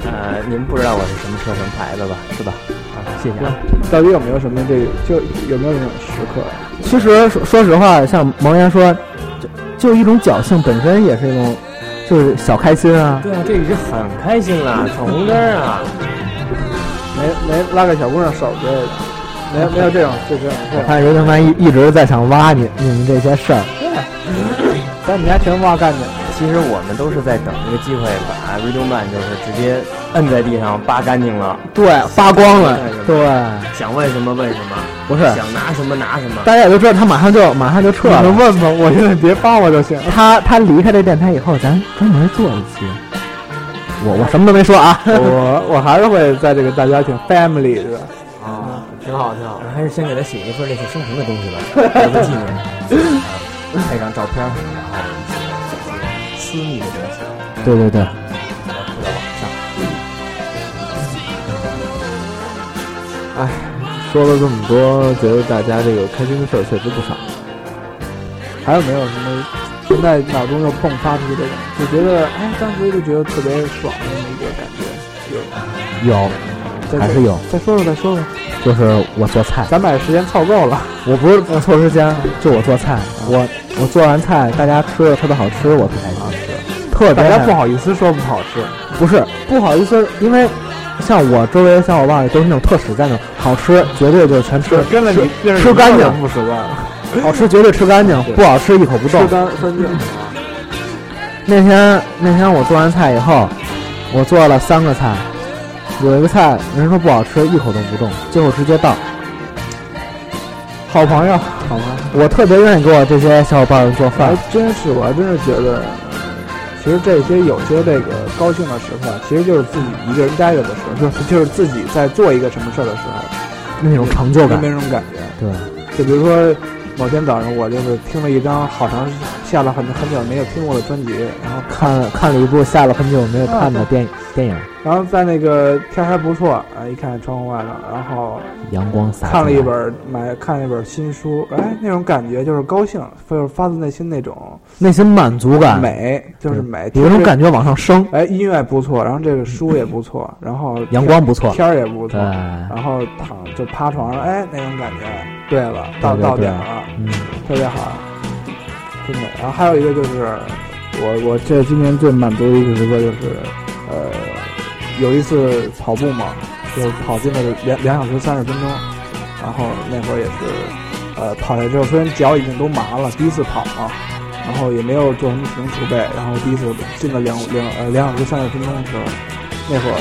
S4: 呃，您不知道我是什么车什么牌子吧，是吧？啊，谢谢啊。
S1: 到底有没有什么这个，就有没有这种时刻？
S3: 其实说说实话，像萌爷说，就就一种侥幸，本身也是一种就是小开心啊。
S4: 对啊，这已经很开心了，闯红灯儿啊，
S1: 没没拉个小姑娘手之类的，没有没有这种，就这种。
S3: 看人他妈一一直在想挖你你们这些事儿，但你还全不知道干点。
S4: 其实我们都是在等一个机会，把 Radio Man 就是直接摁在地上扒干净了，
S3: 对，扒光了。对，
S4: 想问什么问什么，
S3: 不是
S4: 想拿什么拿什么。
S3: 大家也都知道他马上就马上就撤
S1: 你能
S3: 了。
S1: 问吗？我现在别发我就行。
S3: 他他离开这电台以后，咱专门做一期。我我什么都没说 <laughs> 啊。
S1: 我我还是会在这个大家庭 family 是吧？
S2: 啊，挺好，挺好。
S4: 还是先给他写一份类似生平的东西吧， <laughs> 留个纪念，啊 <laughs> 拍张照片儿，然后私密的东西，
S3: 对对对。
S4: 然后铺到网上。
S2: 哎，说了这么多，觉得大家这个开心的事儿确实不少。
S1: 还有没有什么现在脑中又迸发出这种，就觉得哎，当时就觉得特别爽的那么一个感觉？有
S3: 有，
S1: 再
S3: 还是有，
S1: 再说说，再说说，
S3: 就是我做菜，
S1: 咱把这时间凑够了。
S3: 我不是凑时间，就我做菜，我我做完菜，大家吃的特别好吃，我特开心，特别
S1: 大家不
S3: 好
S1: 好意思说不好吃，
S3: 不是不好意思，因为像我周围的小伙伴都是那种特实在的，好吃绝对就全吃，
S1: 跟着你
S3: 吃吃干净，
S1: 不实在了，
S3: 好吃绝对吃干净，不好吃一口不动
S1: 吃。干干净。
S3: 那天那天我做完菜以后，我做了三个菜，有一个菜人说不好吃，一口都不动，最后直接倒。好朋友，好朋友，我特别愿意给我这些小伙伴们做
S1: 还
S3: 饭。
S1: 真是，我还真是觉得，其实这些有些这个高兴的时刻，其实就是自己一个人待着的时候，就是就是自己在做一个什么事儿的时候，
S3: 那种成就感。
S1: 没那种感觉。
S3: 对，
S1: 就比如说某天早上，我就是听了一张好长下了很很久没有听过的专辑，然后
S3: 看看了一部下了很久没有看的
S1: 啊
S3: 电影电影《
S1: 然后在那个天还不错啊，一看窗户外头，然后
S3: 阳光洒》，
S1: 看了一，本买看了一本新书，哎，那种感觉就是高兴，就是发自内心那种
S3: 内心满足感，
S1: 美，就是美，
S3: 有一种感觉往上升，
S1: 哎，音乐不错，然后这个书也不错，然后天
S3: 阳光不错。哎
S1: 天儿也不错
S3: 对，，
S1: 然后躺就趴床上，哎，那种感觉。对了，到
S3: 对对
S1: 到
S3: 对
S1: 点了，
S3: 嗯，
S1: 特别好，真的。然后还有一个就是，我我这今年最满足的一个时刻就是，呃，有一次跑步嘛，就跑进了两两小时三十分钟，然后那会儿也是，呃，跑下来之后虽然脚已经都麻了，第一次跑嘛，然后也没有做什么体能储备，然后第一次进了两两呃两小时三十分钟的时候，那会儿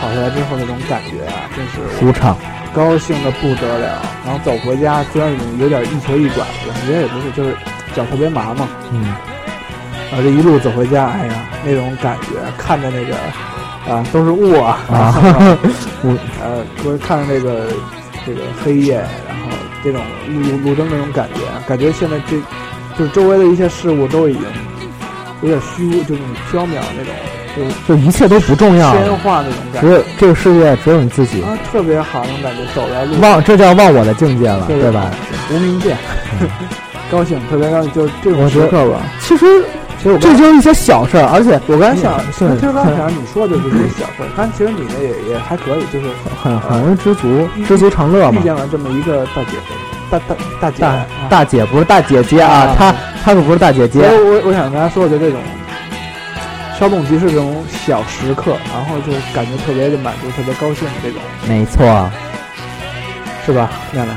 S1: 跑下来之后那种感觉啊，真是我
S3: 舒畅，
S1: 高兴的不得了，然后走回家，虽然已经有点一瘸一拐，我人也不是，就是脚特别麻嘛。
S3: 嗯，
S1: 然后这一路走回家，哎呀，那种感觉，看着那个 <laughs> 啊，都是雾啊， <laughs>
S3: 啊雾
S1: 呃，不是看着这个呃这个黑夜，然后这种路路灯那种感觉，感觉现在这就是周围的一些事物都已经有点虚无，就是缥缈那种，就是
S3: 就一切都不重要
S1: 仙
S3: 了，
S1: 化那种感
S3: 只
S1: 觉
S3: 有这个世界只有你自己，
S1: 啊，特别好那种感觉，走在路上。
S3: 忘这叫忘我的境界了，
S1: 啊对嗯
S3: 对吧？？
S1: 无名界，高兴，特别高兴，就这种
S3: 我觉
S1: 时
S3: 得
S1: 刻吧。
S3: 其实
S1: 其实我
S3: 这就是一些小事儿，而且嗯
S1: 我刚才想，
S3: 是
S1: 其实刚才想你说的就是一些小事儿，但其实你的也也还可以，就是
S3: 很很知足，知足常乐
S1: 遇
S3: 嘛。
S1: 见了这啊么一个大姐，大大大姐，
S3: 大
S1: 啊
S3: 大姐不是大姐姐啊
S1: 啊，
S3: 她她可不是大姐
S1: 所以
S3: 姐，
S1: 我我想跟大家说，就这种稍纵即逝这种小时刻，然后就感觉特别的满足，特别高兴，这种
S3: 没错。
S1: 是吧？亮亮，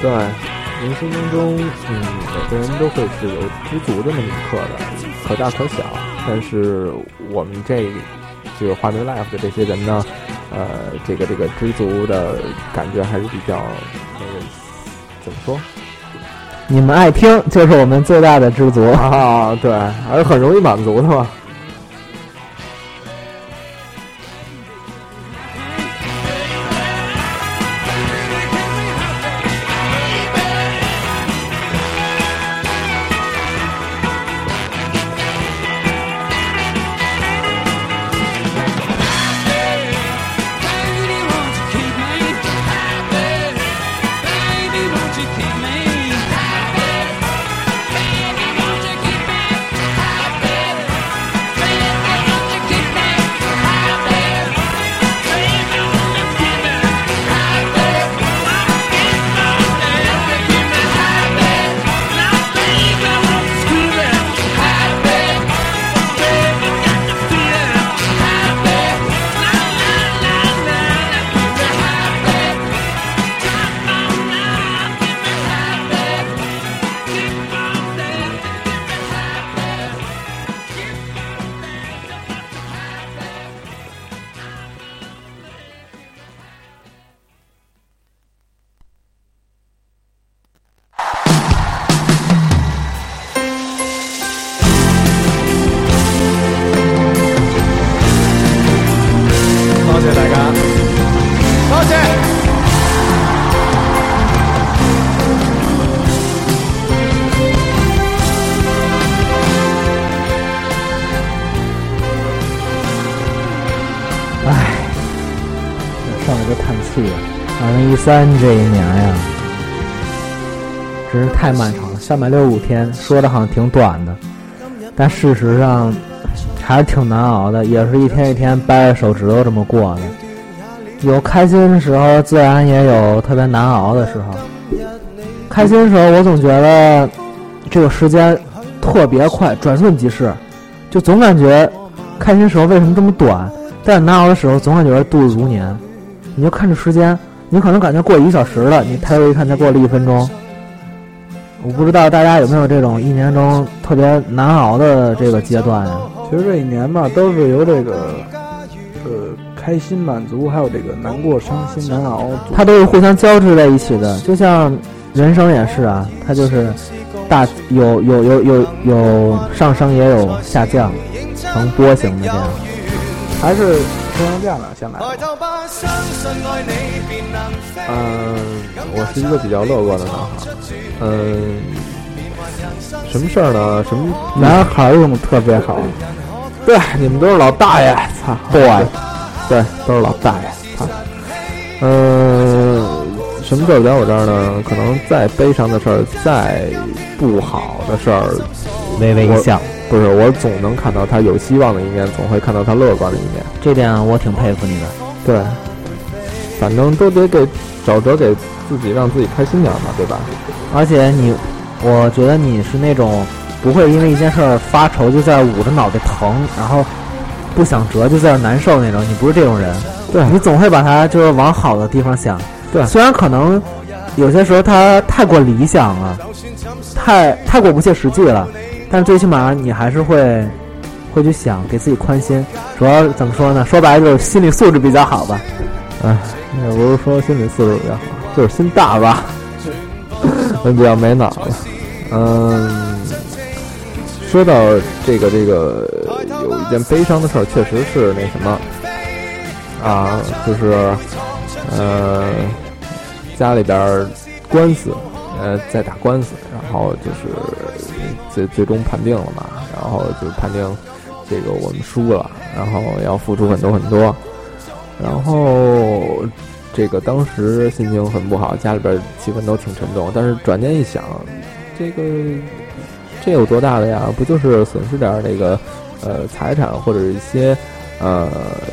S2: 对，人生当中，嗯，每个人都会是有知足的那么一刻的，可大可小。但是我们这这个华为 life 的这些人呢，呃，这个这个知足的感觉还是比较那个怎么说 <laughs>
S3: 你们爱听就是我们最大的知足。
S2: 啊？对，还是很容易满足的嘛。
S7: Happy,
S3: 去，二零一三这一年呀，真是太漫长了，三百六十五天，说的好像挺短的，但事实上还是挺难熬的，也是一天一天掰着手指头这么过的。有开心的时候，自然也有特别难熬的时候。开心的时候，我总觉得这个时间特别快，转瞬即逝，就总感觉开心时候为什么这么短？但难熬的时候，总感觉度日如年。你就看着时间，你可能感觉过一个小时了，你抬头一看才过了一分钟。我不知道大家有没有这种一年中特别难熬的这个阶段呀、啊
S1: 其实这一年吧，都是由这个呃开心、满足，还有这个难过、伤心、难熬组
S3: 它都是互相交织在一起的，就像人生也是啊，它就是大有有有有有上升也有下降，呈波形的这样。
S1: 还是中央电了，先来吧。
S2: 嗯，我是一个比较乐观的男孩。嗯，什么事儿呢？什么？
S1: 男孩用的特别好，
S2: 对，你们都是老大爷，操，
S1: 对，
S2: 对，都是老大爷，操。嗯，什么事儿在我这儿呢？可能再悲伤的事儿，再不好的事儿，
S3: 微微一笑，
S2: 不是我总能看到他有希望的一面，总会看到他乐观的一面。
S3: 这点我挺佩服你的。
S2: 对，反正都得给找辙给自己，让自己开心点儿嘛，对吧？
S3: 而且你，我觉得你是那种不会因为一件事儿发愁就在捂着脑袋疼，然后不想折就在那儿难受那种。你不是这种人，
S2: 对
S3: 你总会把它就是往好的地方想。
S2: 对
S3: 虽然可能有些时候它太过理想了，太太过不切实际了，但最起码你还是会会去想，给自己宽心。主要怎么说呢？说白了就是心理素质比较好吧。
S2: 也不是说心理素质比较好，就是心大吧，那 <laughs> 比较没脑子。嗯，说到这个这个，有一件悲伤的事儿，确实是那什么啊，就是呃，家里边儿官司，呃，在打官司，然后就是最最终判定了嘛，然后就判定这个我们输了，然后要付出很多很多。然后这个当时心情很不好，家里边气氛都挺沉重。但是转念一想，这个这有多大的呀？不就是损失点儿那个呃财产或者一些呃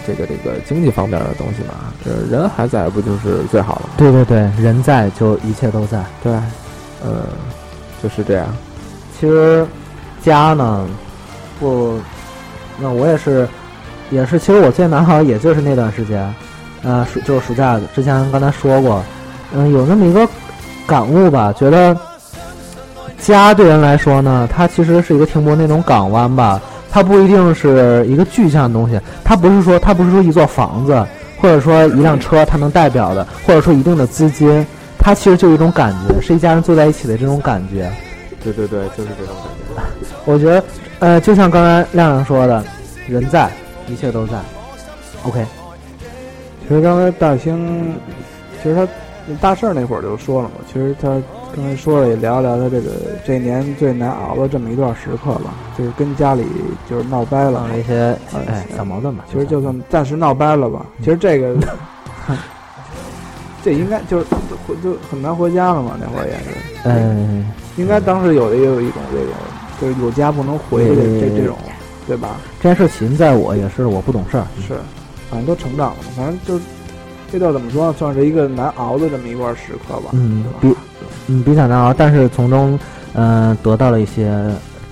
S2: 这个这个经济方面的东西嘛？这人还在，不就是最好了？
S3: 对对对，人在就一切都在。
S2: 对，嗯，就是这样。
S3: 其实家呢，不，那我也是，也是，其实我最难熬也就是那段时间，呃，暑就是暑假之前刚才说过，嗯，有那么一个感悟吧，觉得家对人来说呢，它其实是一个停泊那种港湾吧，它不一定是一个具象的东西，它不是说它不是说一座房子，或者说一辆车，它能代表的，或者说一定的资金，它其实就是一种感觉，是一家人坐在一起的这种感觉。
S2: 对对对，就是这种感觉。
S3: 我觉得，呃，就像刚才亮亮说的，人在，一切都在。OK，啊
S1: 其实刚才大兴，其实他大事儿那会儿就说了嘛，其实他刚才说了也聊一聊他这个这一年最难熬的这么一段时刻吧，就是跟家里就是闹掰了
S3: 碰
S1: 嘛，
S3: 了一些哎
S1: 哎
S3: 小矛盾吧。
S1: 其实就算暂时闹掰了吧，其实这个 <laughs> 这应该就是回就很难回家了嘛，那会儿也是，
S3: 嗯，
S1: 应该当时有的也有一种这种就是有家不能回的这
S3: 嗯
S1: 这种，对吧？
S3: 这件事起因在我，也是我不懂事儿。
S1: 是，反正都成长了，反正就是这段怎么说呢，算是一个难熬的这么一段时刻吧。
S3: 嗯
S1: 对
S3: 比
S1: 吧？
S3: 嗯，比较难熬，但是从中嗯、呃得到了一些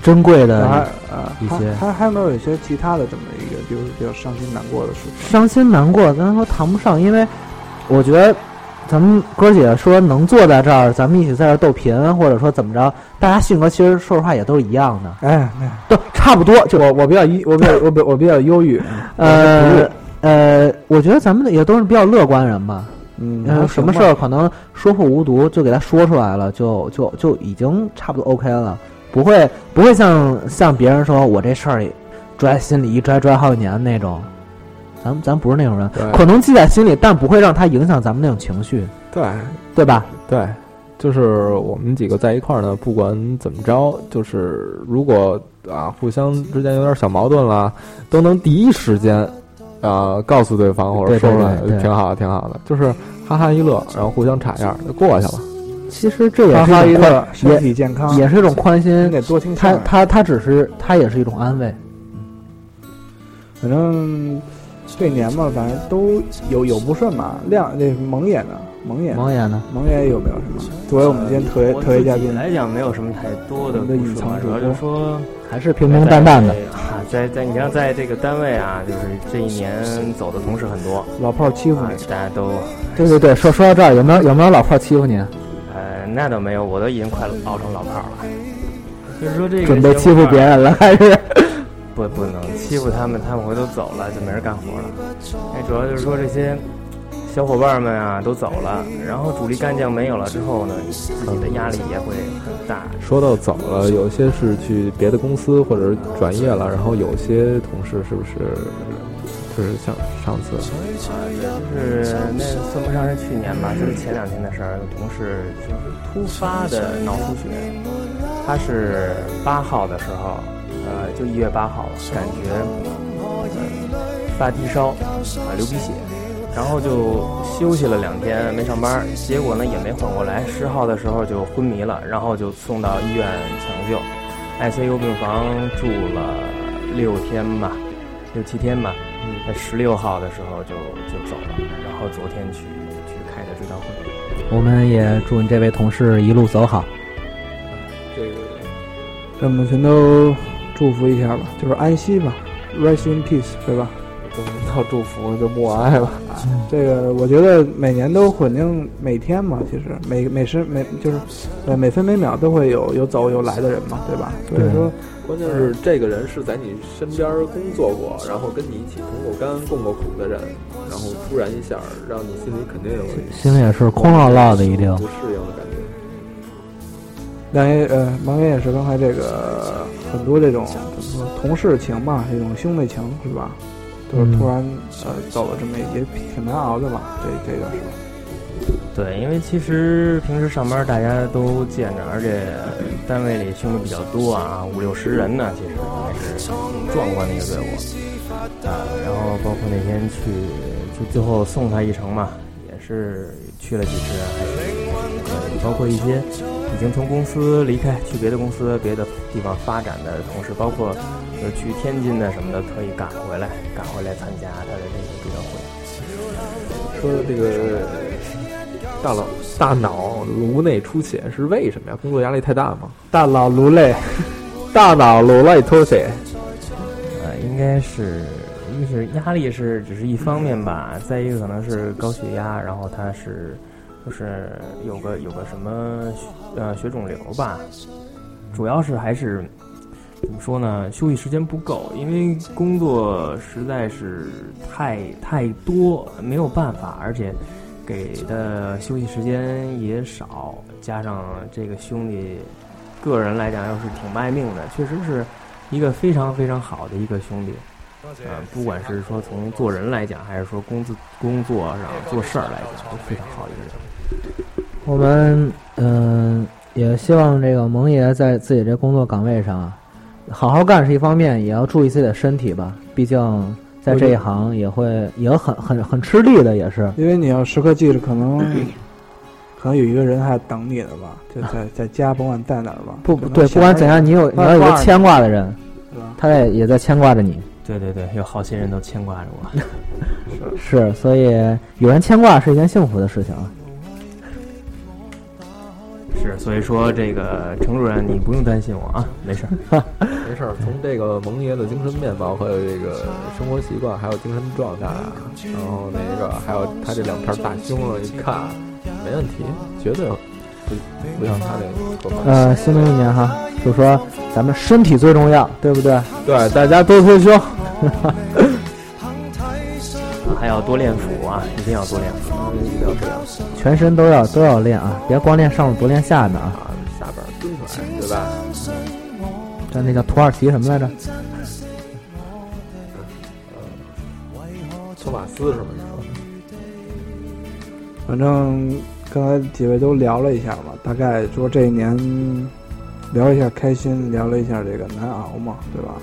S3: 珍贵
S1: 然后
S3: 的
S1: 呃，
S3: 一些
S1: 还还还有没有一些其他的这么一个，就是比较伤心难过的事情？
S3: 伤心难过，咱说谈不上，因为我觉得咱们哥姐说能坐在这儿，咱们一起在这儿逗贫，或者说怎么着，大家性格其实说实话也都是一样的，
S1: 哎，
S3: 都差不多，就
S1: 我我比较一，我比较我比我比较忧 <laughs> 郁，
S3: 呃呃，我觉得咱们也都是比较乐观人吧。
S1: 嗯，
S3: 嗯，什么事
S1: 儿？
S3: 儿可能说破无毒，就给他说出来了，就就就已经差不多 OK 了，不会不会像像别人说我这事儿拽心里一拽拽好几年那种。咱咱不是那种人，
S2: 对
S3: 可能记在心里，但不会让他影响咱们那种情绪，
S2: 对，
S3: 对吧？
S2: 对，就是我们几个在一块儿呢，不管怎么着，就是如果啊互相之间有点小矛盾啦，都能第一时间，哎、呃告诉对方或者
S3: 对
S2: 说
S3: 对
S2: 出来
S3: 对，对
S2: 挺好，挺好的，就是哈哈一乐，然后互相插样就过去了。
S3: 其实这也
S1: 发
S3: 是
S1: 发一
S3: 一种
S1: 个
S3: 宽，
S1: 身体健康，
S3: 也也是一种宽
S1: 你
S3: 心。
S1: 得多听相
S3: 他
S1: 声。
S3: 他他只是他也是一种安慰。
S1: 反正这年嘛，反正都有有不顺嘛。亮那蒙眼的，蒙眼，
S3: 蒙眼呢？
S1: 蒙眼有没有什么？作为我们今天特
S4: 我
S1: 别特
S4: 自
S1: 别
S4: 己
S1: 嘉宾，
S4: 来讲，没有什么太多的
S1: 我们的
S4: 故
S1: 隐
S4: 事嘛
S1: 藏，主
S4: 主
S1: 播
S4: 要就是说
S3: 还是平平淡淡的。
S4: 啊，在在你像在这个单位啊，就是这一年走的同事很多
S1: 老炮儿欺负
S4: 啊
S1: 你，，
S4: 大家都
S3: 对对对，说说到这儿，有没有有没有老炮欺负你？啊
S4: 呃，那倒没有，我都已经快熬成老炮儿了。就是说这个啊
S3: 准备欺负别
S4: 人，<laughs>
S3: 人了，开始
S4: 不不能欺负他们，他们回头走了就没人干活了。哎，主要就是说这些小伙伴们啊都走了，然后主力干将没有了之后呢，自己的压力也会很大。
S2: 说到走了，有些是去别的公司或者是转业了，然后有些同事是不是就是像上次
S4: 就是那算不上是去年吧，就是前两天的事儿。有同事就是突发的脑出血，他是八号的时候，呃，就一月八号，感觉、呃、发低烧啊、流鼻血，然后就休息了两天没上班，结果呢也没缓过来，十号的时候就昏迷了，然后就送到医院抢救，ICU 哎病房住了六天吧，六七天吧。在十六号的时候就就走了，然后昨天去去开的追悼会。
S3: 我们也祝你这位同事一路走好。
S1: 让我们全都祝福一下吧，就是安息吧，rest in peace，对吧？
S2: 怎么到祝福就默哀了？
S1: <laughs> 这个我觉得每年都混定每天嘛，其实每每时每就是，呃，每分每秒都会有有走有来的人嘛，对吧？所以说，
S7: 关键是这个人是在你身边工作过，然后跟你一起同过甘、共过苦的人，然后突然一下让你心里肯定有
S3: 心里也是空落落的，一定
S7: 不适应的感觉。
S1: 梁爷呃，王爷也是刚才这个很多这种怎么说同事情嘛，这种兄妹情是吧？就是
S3: 嗯
S1: 突然、呃走了这么一也挺难熬的吧？这这个是吧？
S4: 对，因为其实平时上班大家都见着，而且单位里兄弟比较多啊，五六十人呢，其实还是挺壮观的一个队伍啊。然后包括那天去就最后送他一程嘛，也是去了几次，还是呃包括一些已经从公司离开去别的公司、别的地方发展的同事，包括就是去天津的什么的，特意赶回来，赶回来参加他的这个追悼会。
S2: 说的这个大脑大脑颅内出血是为什么呀？工作压力太大吗？
S3: 嗯
S1: 大佬颅内，
S2: 大脑颅内出血，
S4: 呃，应该是一个是压力是只是一方面吧，再一个可能是高血压，然后他是就是有个有个什么血呃血肿瘤吧，主要是还是怎么说呢，休息时间不够，因为工作实在是太太多，没有办法，而且。给的休息时间也少，加上这个兄弟，个人来讲又是挺卖命的，确实是一个非常非常好的一个兄弟，呃，不管是说从做人来讲，还是说工作工作上做事儿来讲，都非常好一个人。
S3: 我们嗯、也希望这个蒙爷在自己这工作岗位上啊，好好干是一方面，也要注意自己的身体吧。毕竟在这一行也会也很很很吃力的，也是。
S1: 因为你要时刻记着，可能
S3: 嗯
S1: 可能有一个人还等你呢吧，就在在家甭管在哪儿吧，
S3: 啊不
S1: 可能
S3: 对，
S1: 下
S3: 不管
S1: 班
S3: 怎样，你有你要有
S1: 挂
S3: 个
S1: 着
S3: 牵挂的人，
S1: 是吧？
S3: 他也也在牵挂着你。
S4: 对对对，有好些人都牵挂着我。
S3: 是，所以有人牵挂是一件幸福的事情啊。
S4: <laughs> 是，所以说这个程主任，你不用担心我啊，没事儿。
S2: 没事儿。从这个蒙爷的精神面貌，还有这个生活习惯，还有精神状态，啊然后那个还有他这两片大胸肉一看，没问题，绝对不不像他这个。
S3: 呃，新的一年哈，就说咱们身体最重要，对不对？
S2: 对，大家多推胸。
S4: 啊还要多练腹啊，一定要多练腹。
S3: 全身都要都要练啊，别光练上面不练下面啊。
S2: 啊，下边儿蹲出来，对吧？
S3: 这那叫土耳其什么来着？
S2: 托马斯是吗？你说
S1: 反正刚才几位都聊了一下嘛，大概说这一年聊一下开心，聊了一下这个难熬嘛，对吧？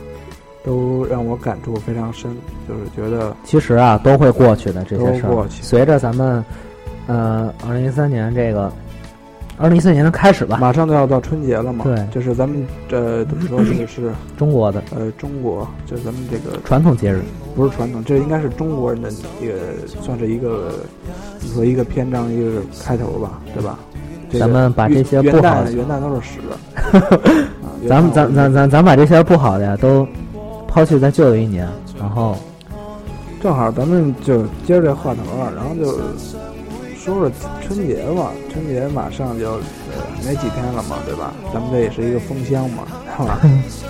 S1: 都让我感触非常深，就是觉得
S3: 其实啊，都会过去的这些事
S1: 都过
S3: 儿。
S1: 去
S3: 随着咱们，呃，二零一三年这个，二零一四年的开始吧，
S1: 马上就要到春节了嘛，
S3: 啊对
S1: 就是咱们呃怎么说，这个是
S3: 中国的
S1: 呃中国，就是咱们这个
S3: 传统节日，
S1: 不是传统，这应该是中国人的一个算是一个怎么说一个篇章，一个开头吧，对吧？这个
S3: 咱们把这些
S1: 元
S3: 不
S1: 元
S3: 好的
S1: 旦元旦都是屎，啊元旦
S3: <laughs> 咱们咱咱咱咱把这些不好的呀都抛弃在旧的一年，然后
S1: 正好咱们就接着这话头儿，然后就说说春节吧。春节马上就呃没几天了嘛，对吧？咱们这也是一个封箱嘛，是吧？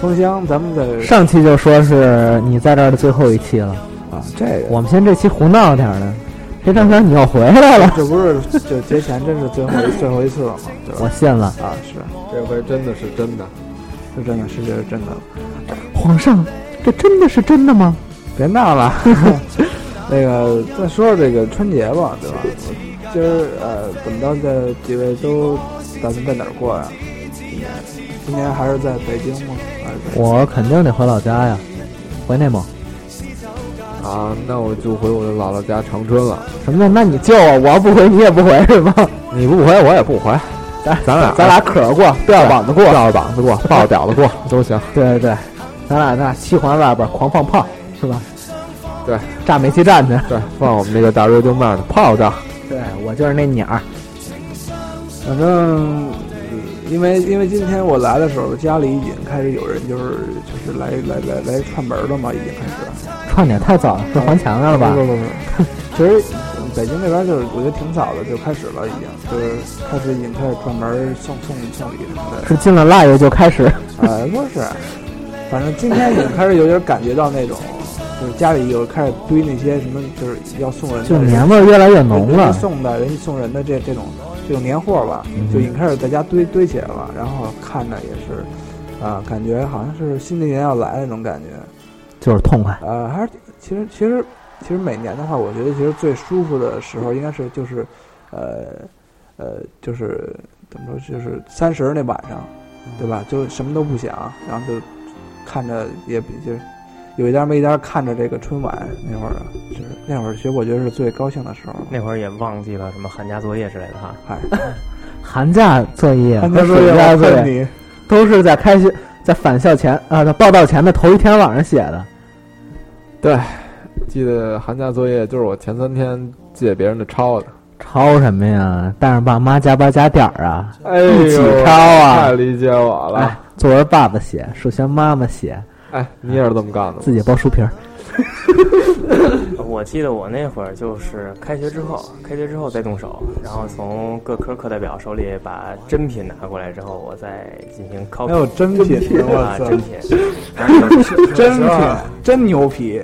S1: 封箱咱们的
S3: 上期就说是你在这儿的最后一期了，
S1: 啊，这个
S3: 我们先这期胡闹点儿的，这张张你又回来了，
S1: 这不是就节前真是最后一最后一次了嘛，对吧
S3: 我？信了，
S1: 啊，是，
S2: 这回真的是真的，
S1: 是真的，是这是真的。
S3: 皇上，这真的是真的吗？
S1: 别闹了， <laughs> 那个再说说这个春节吧，对吧？我今儿呃，怎么着，这几位都打算在哪儿过呀、今年今年还是在北京吗？还是在
S3: 我肯定得回老家呀，回内蒙。
S2: 啊！那我就回我的姥姥家长春了。
S3: 什么叫？那你救我，我要不回你也不回是吗？
S2: 你不回，我也不回，
S3: 咱
S2: 咱俩
S3: 咱俩可着过，不要膀子过。
S2: 吊着膀子
S3: <laughs>
S2: 过，抱着屌子过都行。
S3: 对对对，咱俩咱俩七环外边狂放炮是吧？
S2: 对，
S3: 炸煤气站去。
S2: 对，放我们那个大瑞丁曼的炮仗。
S3: 对我就是那鸟儿。
S1: 反正，嗯因为因为今天我来的时候，家里已经开始有人就是就是来来来来串门了嘛，已经开始。
S3: 串点太早了，是还钱来了吧
S1: 不？不不， <laughs> 其实北京那边就是我觉得挺早的就开始了，已经就是开始已经开始串门送送送礼什么的。
S3: 是进了腊月就开始，
S1: 呃，不是，反正今天已经开始有点感觉到那种，就是家里有开始堆那些什么，就是要送人的
S3: 就
S1: 人
S3: 年味儿越来越浓
S1: 人家
S3: 了。
S1: 送的人家送人的这这种这种年货吧，
S3: 嗯
S1: 就已经开始在家堆堆起来了，然后看着也是，啊、感觉好像是新的一年要来那种感觉，
S3: 就是痛快，
S1: 呃，还是其实其实其实每年的话，我觉得其实最舒服的时候应该是就是，呃呃，就是怎么说，就是三十那晚上，对吧？就什么都不想，然后就看着也比就是有一搭没一搭看着这个春晚那会儿啊，就是那会儿，其实我觉得是最高兴的时候了。
S4: 那会儿也忘记了什么寒假作业之类的哈。
S1: <laughs> 嗨，
S3: 寒假作业
S1: 寒
S3: 和
S1: 假作
S3: 暑
S1: 业
S3: 假
S1: 我
S3: 作
S1: 恨
S3: 业
S1: 你，
S3: 都是在开学、在返校前啊、在报到前的头一天晚上写的。
S2: 记得寒假作业就是我前三天借别人的抄的，
S3: 抄什么呀？带上爸妈加班加点儿啊！
S2: 哎
S3: 一起抄啊
S2: 太理解我
S3: 哎
S2: 了。，
S3: 作文爸爸写，数学妈妈写，
S2: 哎，你也是这么干的吗
S3: 自？己包书皮儿。
S4: 我记得我那会儿就是开学之后，开学之后再动手，然后从各科课代表手里把真品拿过来之后，我再进行 copy。
S1: 还有真品，
S2: <laughs>
S4: 啊，
S1: 我
S4: 真
S1: 操，
S4: 品。然后有的时候
S1: 真品，真牛皮，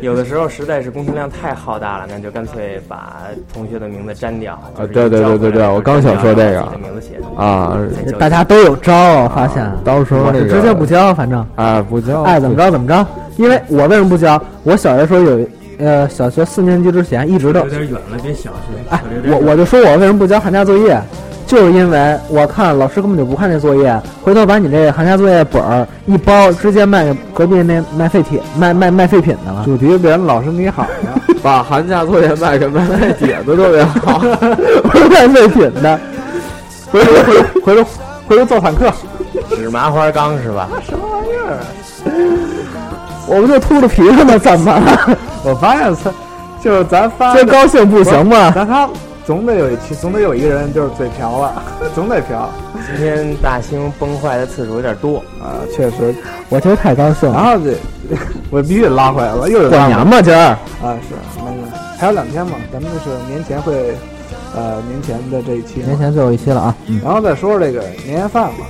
S4: 有的时候实在是工程量太浩大了，那就干脆把同学的名字粘掉。啊
S2: 对对对对对我刚想说这个
S4: 名字写的
S2: 啊，
S3: 大家都有招儿，我发现。
S2: 到时候
S3: 我
S2: 那
S3: 是
S2: 个
S3: 直接不交，反正
S2: 哎不交，
S3: 爱怎么着怎么着。因为我为什么不交？我小学时候有，呃，小学四年级之前一直都
S8: 有点远了，别小学。
S3: 哎
S8: 小学有，点
S3: 我我就说我为什么不交寒假作业，就是因为我看老师根本就不看这作业，回头把你这寒假作业本儿一包，直接卖给隔壁那卖废铁卖卖卖废品的了。
S1: 主题变成老师你好啊了，
S2: 把寒假作业卖给卖卖点子特别好。 <laughs>
S3: <laughs> 不是卖废品的，
S1: 回头回回头回头造坦克，
S4: 纸麻花缸是吧？
S3: 我不就秃着皮子吗？怎么了？
S1: 我发现是，就是咱发
S3: 这高兴不行
S1: <laughs>
S3: 吗？
S1: 咱仨总得有一期，总得有一个人就是嘴瓢了，总得瓢
S4: 今天大兴崩坏的次数有点多，
S1: 啊，确
S3: <laughs>
S1: 实。
S3: 我今儿太高兴
S1: 然
S3: 了，
S1: 后这，我必须得拉回来了，又得
S3: 过
S1: 拉回来
S3: 年嘛今儿。
S1: 啊，是那个还有两天嘛，咱们就是年前会，呃，年前的这一期嘛，
S3: 年前最后一期了啊，
S1: 然后再说说这个年夜饭嘛，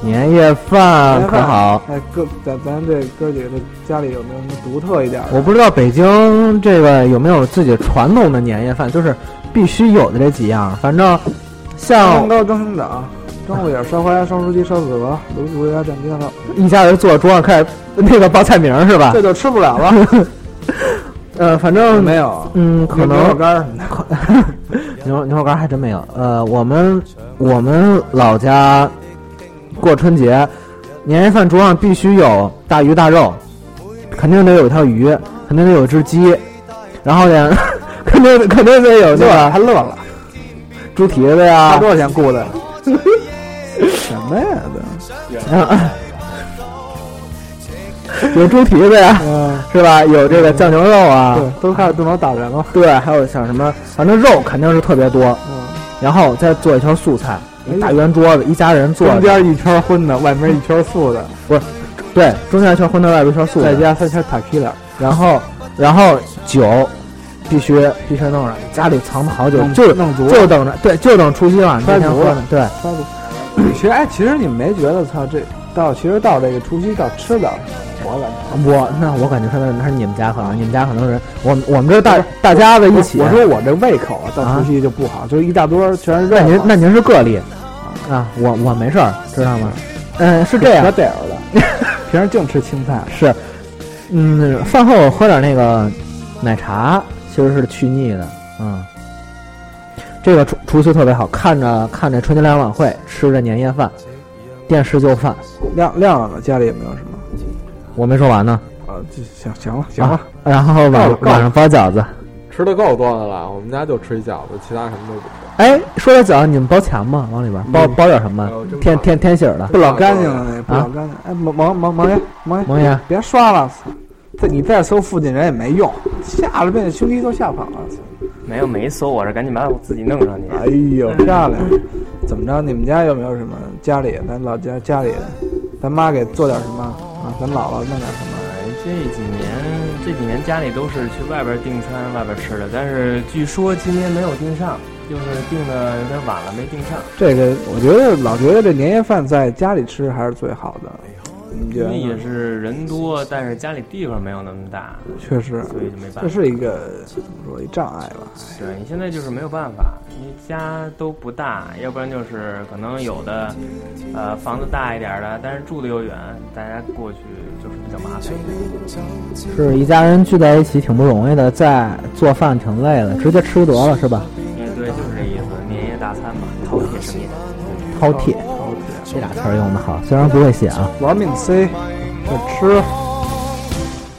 S3: 年夜
S1: 年
S3: 饭
S1: 夜
S3: 可
S1: 饭
S3: 嗯好？，
S1: 哎，哥，咱咱这哥几个这家里有没有什么独特一点的？
S3: 我不知道北京这个有没有自己传统的年夜饭，就是必须有的这几样。反正像
S1: 蒸糕、蒸熊掌、蒸鹿眼、烧花鸭、烧雏鸡、烧子鹅、卤煮鸭、蘸鸡蛋糕，
S3: 一家人坐桌上开始那个报菜名儿是吧
S1: 这？就吃不了了。
S3: <laughs> 呃，反正
S1: 没有，
S3: 嗯，可
S1: 牛肉
S3: 能
S1: 干儿什么的。
S3: <laughs> 牛肉牛肉干还真没有。呃，我们我们老家过春节，年夜饭桌上必须有大鱼大肉，肯定得有一条鱼，肯定得有只鸡，然后呢， <laughs> 肯定肯定得有那
S1: 乐了，
S3: 个
S1: 还乐了，
S3: 猪蹄子呀
S1: 花，多少钱雇的？什么呀？
S3: 啊有猪蹄子呀，
S1: 嗯，
S3: 是吧？有这个酱牛肉啊，
S1: 对，都开始动手打人了。
S3: 对，还有像什么，反正肉肯定是特别多，
S1: 嗯，
S3: 然后再做一条素菜，
S1: 哎
S3: 一大圆桌子，一家人坐
S1: 中
S3: 着，
S1: 间一圈荤的，外面一圈素的，
S3: 对，中间一圈荤的，外边一圈素
S1: 再
S3: 的，
S1: 加三圈塔 q 了。
S3: 然后然后酒必须必须弄上，家里藏的好酒，
S1: 弄
S3: 就
S1: 弄足了
S3: 就等着，对，就等除夕晚那天
S1: 穿足
S3: 喝
S1: 了
S3: 呢，对，
S1: 其实，哎，其实你没觉得，操，这到其实到这个除夕到吃的，我感觉
S3: 我那我感觉是那是你们家可能，你们家可能是我们我们这大大家子一起。
S1: 我说我这胃口啊，到除夕就不好，就是一大堆全是肉
S3: 那
S1: 嘛。
S3: 您那您是个例啊，我我没事儿，知道吗？嗯，是这
S1: 可
S3: 样，
S1: 得儿了， <laughs> 平时净吃青菜。
S3: 是，嗯，饭后喝点那个奶茶，其实是去腻的，嗯。这个除除夕特别好，看着看着春节联欢晚会，吃着年夜饭，电视就饭。
S1: 亮亮亮了，家里有没有什么？
S3: 我没说完呢，啊
S1: 啊，就行行了行了，
S3: 然后晚
S2: 够了
S3: 上
S2: 够了
S3: 晚上包饺子。
S2: 吃的够多的了，我们家就吃一饺子，其他什么都不吃。
S3: 哎，说到饺子，你们包钱吗？往里边包包点什么
S2: 哎呦真？
S3: 添
S2: 棒
S3: 添添喜儿的
S1: 不老干净了，那不老
S3: 啊
S1: 干净。哎，王王王王爷，王爷，
S3: 王爷
S1: 别刷了，操这你再搜附近人也没用，吓了被兄弟都吓跑了。操
S4: 没有没搜我这，赶紧把我自己弄上去。
S1: 哎呦，漂亮！怎么着？你们家有没有什么？家里，咱老家家里，咱妈给做点什么啊？咱姥姥弄点什么？
S4: 哎这几年这几年家里都是去外边订餐，外边吃的，但是据说今年没有订上，就是订的有点晚了，没订上。
S1: 这个我觉得老觉得这年夜饭在家里吃还是最好的，你们觉
S4: 因
S1: 得
S4: 为
S1: 呢
S4: 也？是人多，但是家里地方没有那么大，
S1: 确实，
S4: 所以就没办
S1: 这
S4: 法。
S1: 是一个怎么说一障碍吧？
S4: 对你现在就是没有办法，你家都不大，要不然就是可能有的，呃，房子大一点的，但是住的又远，大家过去就是比较麻烦一点。
S3: 是一家人聚在一起挺不容易的，在做饭挺累的，直接吃得了是吧？
S4: 哎，对，就是这意思，年夜大餐嘛，饕餮盛宴。
S3: 饕餮，这俩词儿用的好，虽然不会写啊，
S1: 玩命塞，就吃。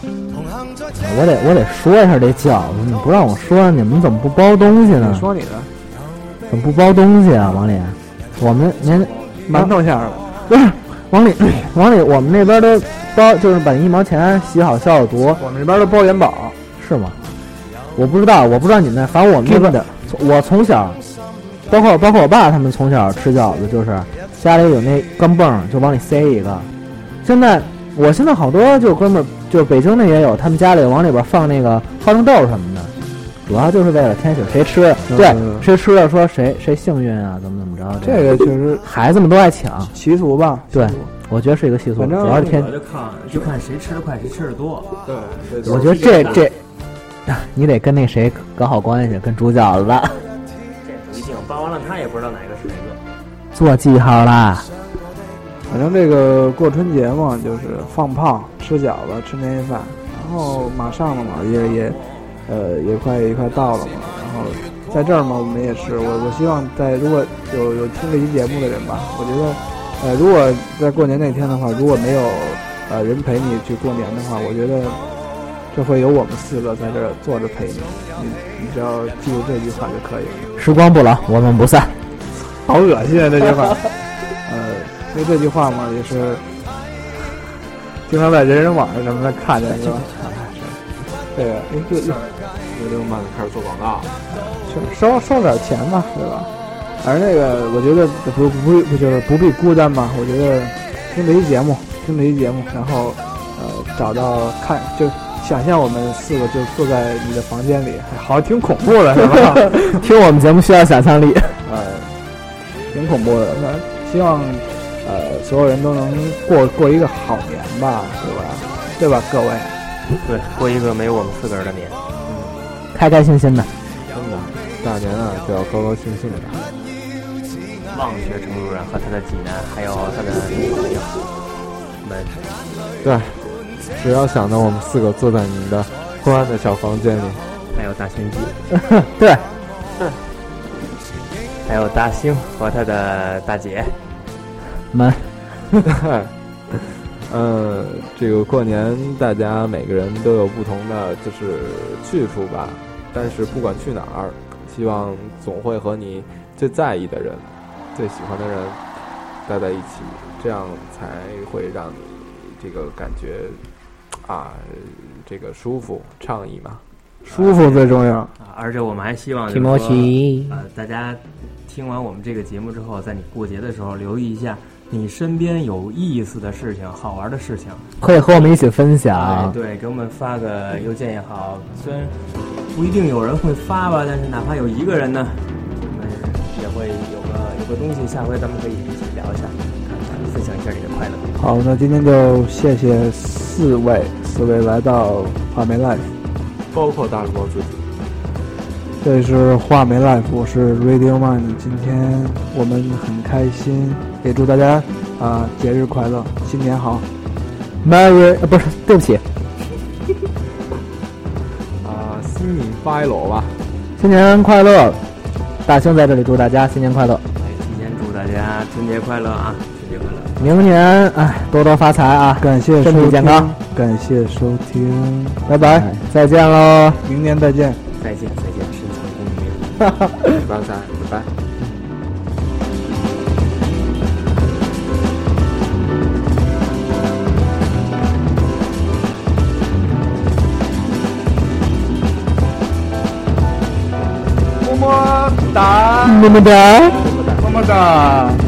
S3: 我得我得说一下这饺子，你不让我说，你们怎么不包东西呢
S1: 你？说你的，
S3: 怎么不包东西啊，王林？我们您
S1: 馒头馅儿的。
S3: 不是王林， <coughs> 王林，我们那边都包，就是把一毛钱洗好消消毒，
S1: 我们这边都包元宝，
S3: 是吗？我不知道，我不知道你们那，反正我们那边的，我从小，包括包括我爸他们从小吃饺子，就是家里有那钢镚儿就往里塞一个。现在我现在好多就哥们儿，就北京的也有，他们家里往里边放那个花生豆什么的，主要就是为了天喜谁吃，对，
S1: 嗯
S3: 谁吃了说谁谁幸运啊，怎么怎么着，
S1: 这个确实
S3: 孩子们都爱抢，
S1: 习俗吧？
S3: 对
S1: 习俗，
S3: 我觉得是一个习俗，
S1: 反正
S3: 主要是天
S4: 我就看哎就看谁吃的快，谁吃的多。
S2: 对，
S1: 呃
S3: 我觉得这这， <laughs> 你得跟那谁搞好关系，跟主角子
S4: 这不一定，包完了他也不知道哪个是哪个。
S3: 做记号啦。
S1: 反正这个过春节嘛，就是放炮、吃饺子、吃年夜饭，然后马上了嘛，也也，呃，也快也快到了嘛。然后在这儿嘛，我们也是，我我希望在如果有有听这期节目的人吧，我觉得，呃，如果在过年那天的话，如果没有呃人陪你去过年的话，我觉得这会有我们四个在这儿坐着陪你，你你只要记住这句话就可以了。
S3: 时光不老，我们不散。
S1: 好恶心啊！这句话，呃，因为这句话嘛，也是经常在人人网上什么的看见，是吧？这个，哎，就就
S2: 这就慢慢开始做广告了。
S1: 收收点钱嘛，对吧？而那个，我觉得不不不就是不必孤单嘛。我觉得听这期节目，听这期节目，然后呃，找到看就想象我们四个就坐在你的房间里，好像挺恐怖的，是吧？
S3: <laughs> 听我们节目需要想象力。
S1: 呃，挺恐怖的。那希望呃所有人都能过过一个好年吧，对吧？对吧，各位？
S4: 对，过一个没有我们四个人的年。
S3: 开开心心的，
S2: 真的，大年啊就要高高兴兴的。
S4: 忘却程主任和他的济南，还有他的女朋友们。
S2: 对，只要想到我们四个坐在你的昏暗的小房间里， <laughs>
S4: 还有大仙鸡，
S3: 对，
S4: 还有大兴和他的大姐。
S3: 们
S2: 嗨，嗯，这个过年大家每个人都有不同的就是去处吧，但是不管去哪儿，希望总会和你最在意的人、最喜欢的人待在一起，这样才会让你这个感觉啊，这个舒服畅意嘛。
S1: 舒服最重要。
S4: 啊，而且我们还希望就是
S3: 提
S4: 说
S3: 莫奇，
S4: 呃，大家听完我们这个节目之后，在你过节的时候留意一下你身边有意思的事情、好玩的事情。
S3: 可以和我们一起分
S4: 哎
S3: 享，。
S4: 对，给我们发个邮件也好，虽然不一定有人会发吧，但是哪怕有一个人呢，我们也会有个有个东西，下回咱们可以一起聊一下，看看分享一下你的快乐。
S1: 好，那今天就谢谢四位，四位来到画眉 life，
S2: 包括大主播自己，
S1: 这里是画眉 life，我是 Radio Man。今天我们很开心，也祝大家啊、节日快乐，新年好。
S3: Mary，呃不是，对不起，
S2: 啊，新年快乐吧！
S3: 新年快乐！大兴在这里祝大家新年快乐，
S4: 哎，提前祝大家春节快乐啊！春节快乐！
S3: 明年哎多多发财啊！
S1: 感谢收
S3: 身体
S1: 听哎
S3: 健康，
S1: 感谢收听，
S3: 拜拜，再见喽。
S1: 明年再见。
S4: 再见，再见，深藏功
S3: <laughs>
S4: 名。
S2: 拜拜，拜拜。
S1: 么么哒，
S3: 么么哒。
S1: 么么哒。